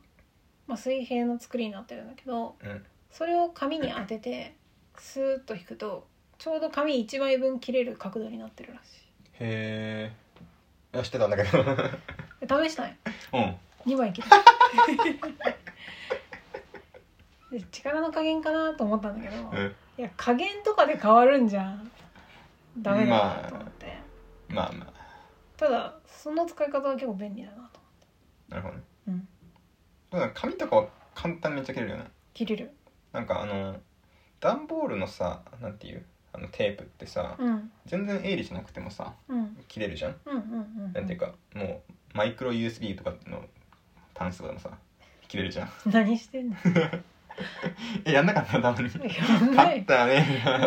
B: まあ、水平の作りになってるんだけど
A: うん
B: それを紙に当ててスーッと引くとちょうど紙1枚分切れる角度になってるらし
A: へえ知ってたんだけど
B: いで試したい
A: うん
B: 2枚切れた で力の加減かなと思ったんだけど、
A: うん
B: いや加減とかで変わるんじゃんダメだなと思って、
A: まあまあ
B: ただその使い方は結構便利だなと
A: なるほどね
B: 思って、う
A: で
B: ん、
A: もなんか紙とかは簡単にめっちゃ切れるよね
B: 切れる
A: なんかあの段ボールのさなんていうあのテープってさ
B: うん
A: 全然鋭利じゃなくてもさ
B: うん
A: 切れるじゃん
B: うんうんうんうん
A: なんていうかもうマイクロ USB とかの端子とかでもさ切れるじゃん
B: 何してんの
A: えやんなかったたまに
B: やんな
A: 買っ
B: い
A: たね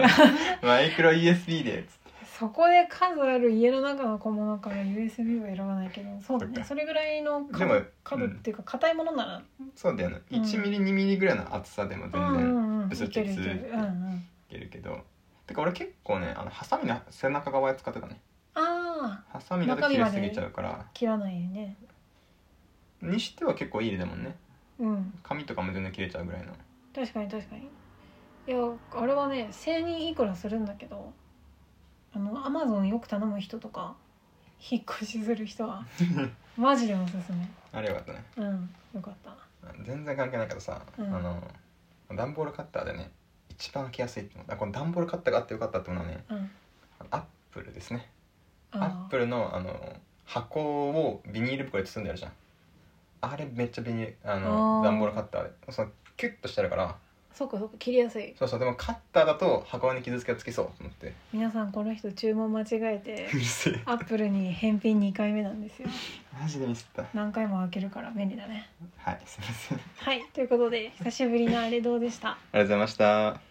A: マイクロ USB でつって
B: そこで数ある家の中の小物から USB は選ばないけどそうだ
A: そっ
B: ね
A: か
B: それぐらいの
A: で
B: 角
A: も
B: 角
A: う
B: っ
A: ん
B: ていうか硬いものなら
A: そうだよね
B: うん
A: 1ミリ2ミリぐらいの厚さでも
B: うん
A: 全
B: う
A: 然い
B: んうん
A: ブス
B: い
A: ッ
B: け
A: て
B: るいけるうんうん
A: けるけど、てか俺結構ねあのハサミの背中側使ってたね
B: ああ
A: ハサミだと切れすぎちゃうから
B: 切らないよね
A: にしては結構いいだもんね
B: うん
A: 紙とかも全然切れちゃうぐらいの
B: 確かに確かにいやあれはね1000人いくらするんだけどあのアマゾンよく頼む人とか引っ越しする 人はマジでおすす
A: あれよかったね
B: めうんよかった
A: 全然関係ないけどさ、
B: うん
A: あの段ボールカッターでね一番開けやすいって思ったこの段ボールカッターがあってよかったって思うのはね
B: うん
A: アップルですねア
B: あ
A: ップルのあの箱をビニール袋で包んであるじゃんあれめっちゃビニールあの
B: あー
A: 段ボールカッターでそのキュッとしてあるから
B: そっかそっか切りやすい
A: そうそうでもカッターだと箱に傷つけがつきそうと思って
B: 皆さんこの人注文間違えて
A: うるせえ
B: アップルに返品2回目なんですよ
A: マジでミスった
B: 何回も開けるから便利だね
A: はいすいませんあり
B: はいということで久しぶりのあれどうでした
A: がとうございました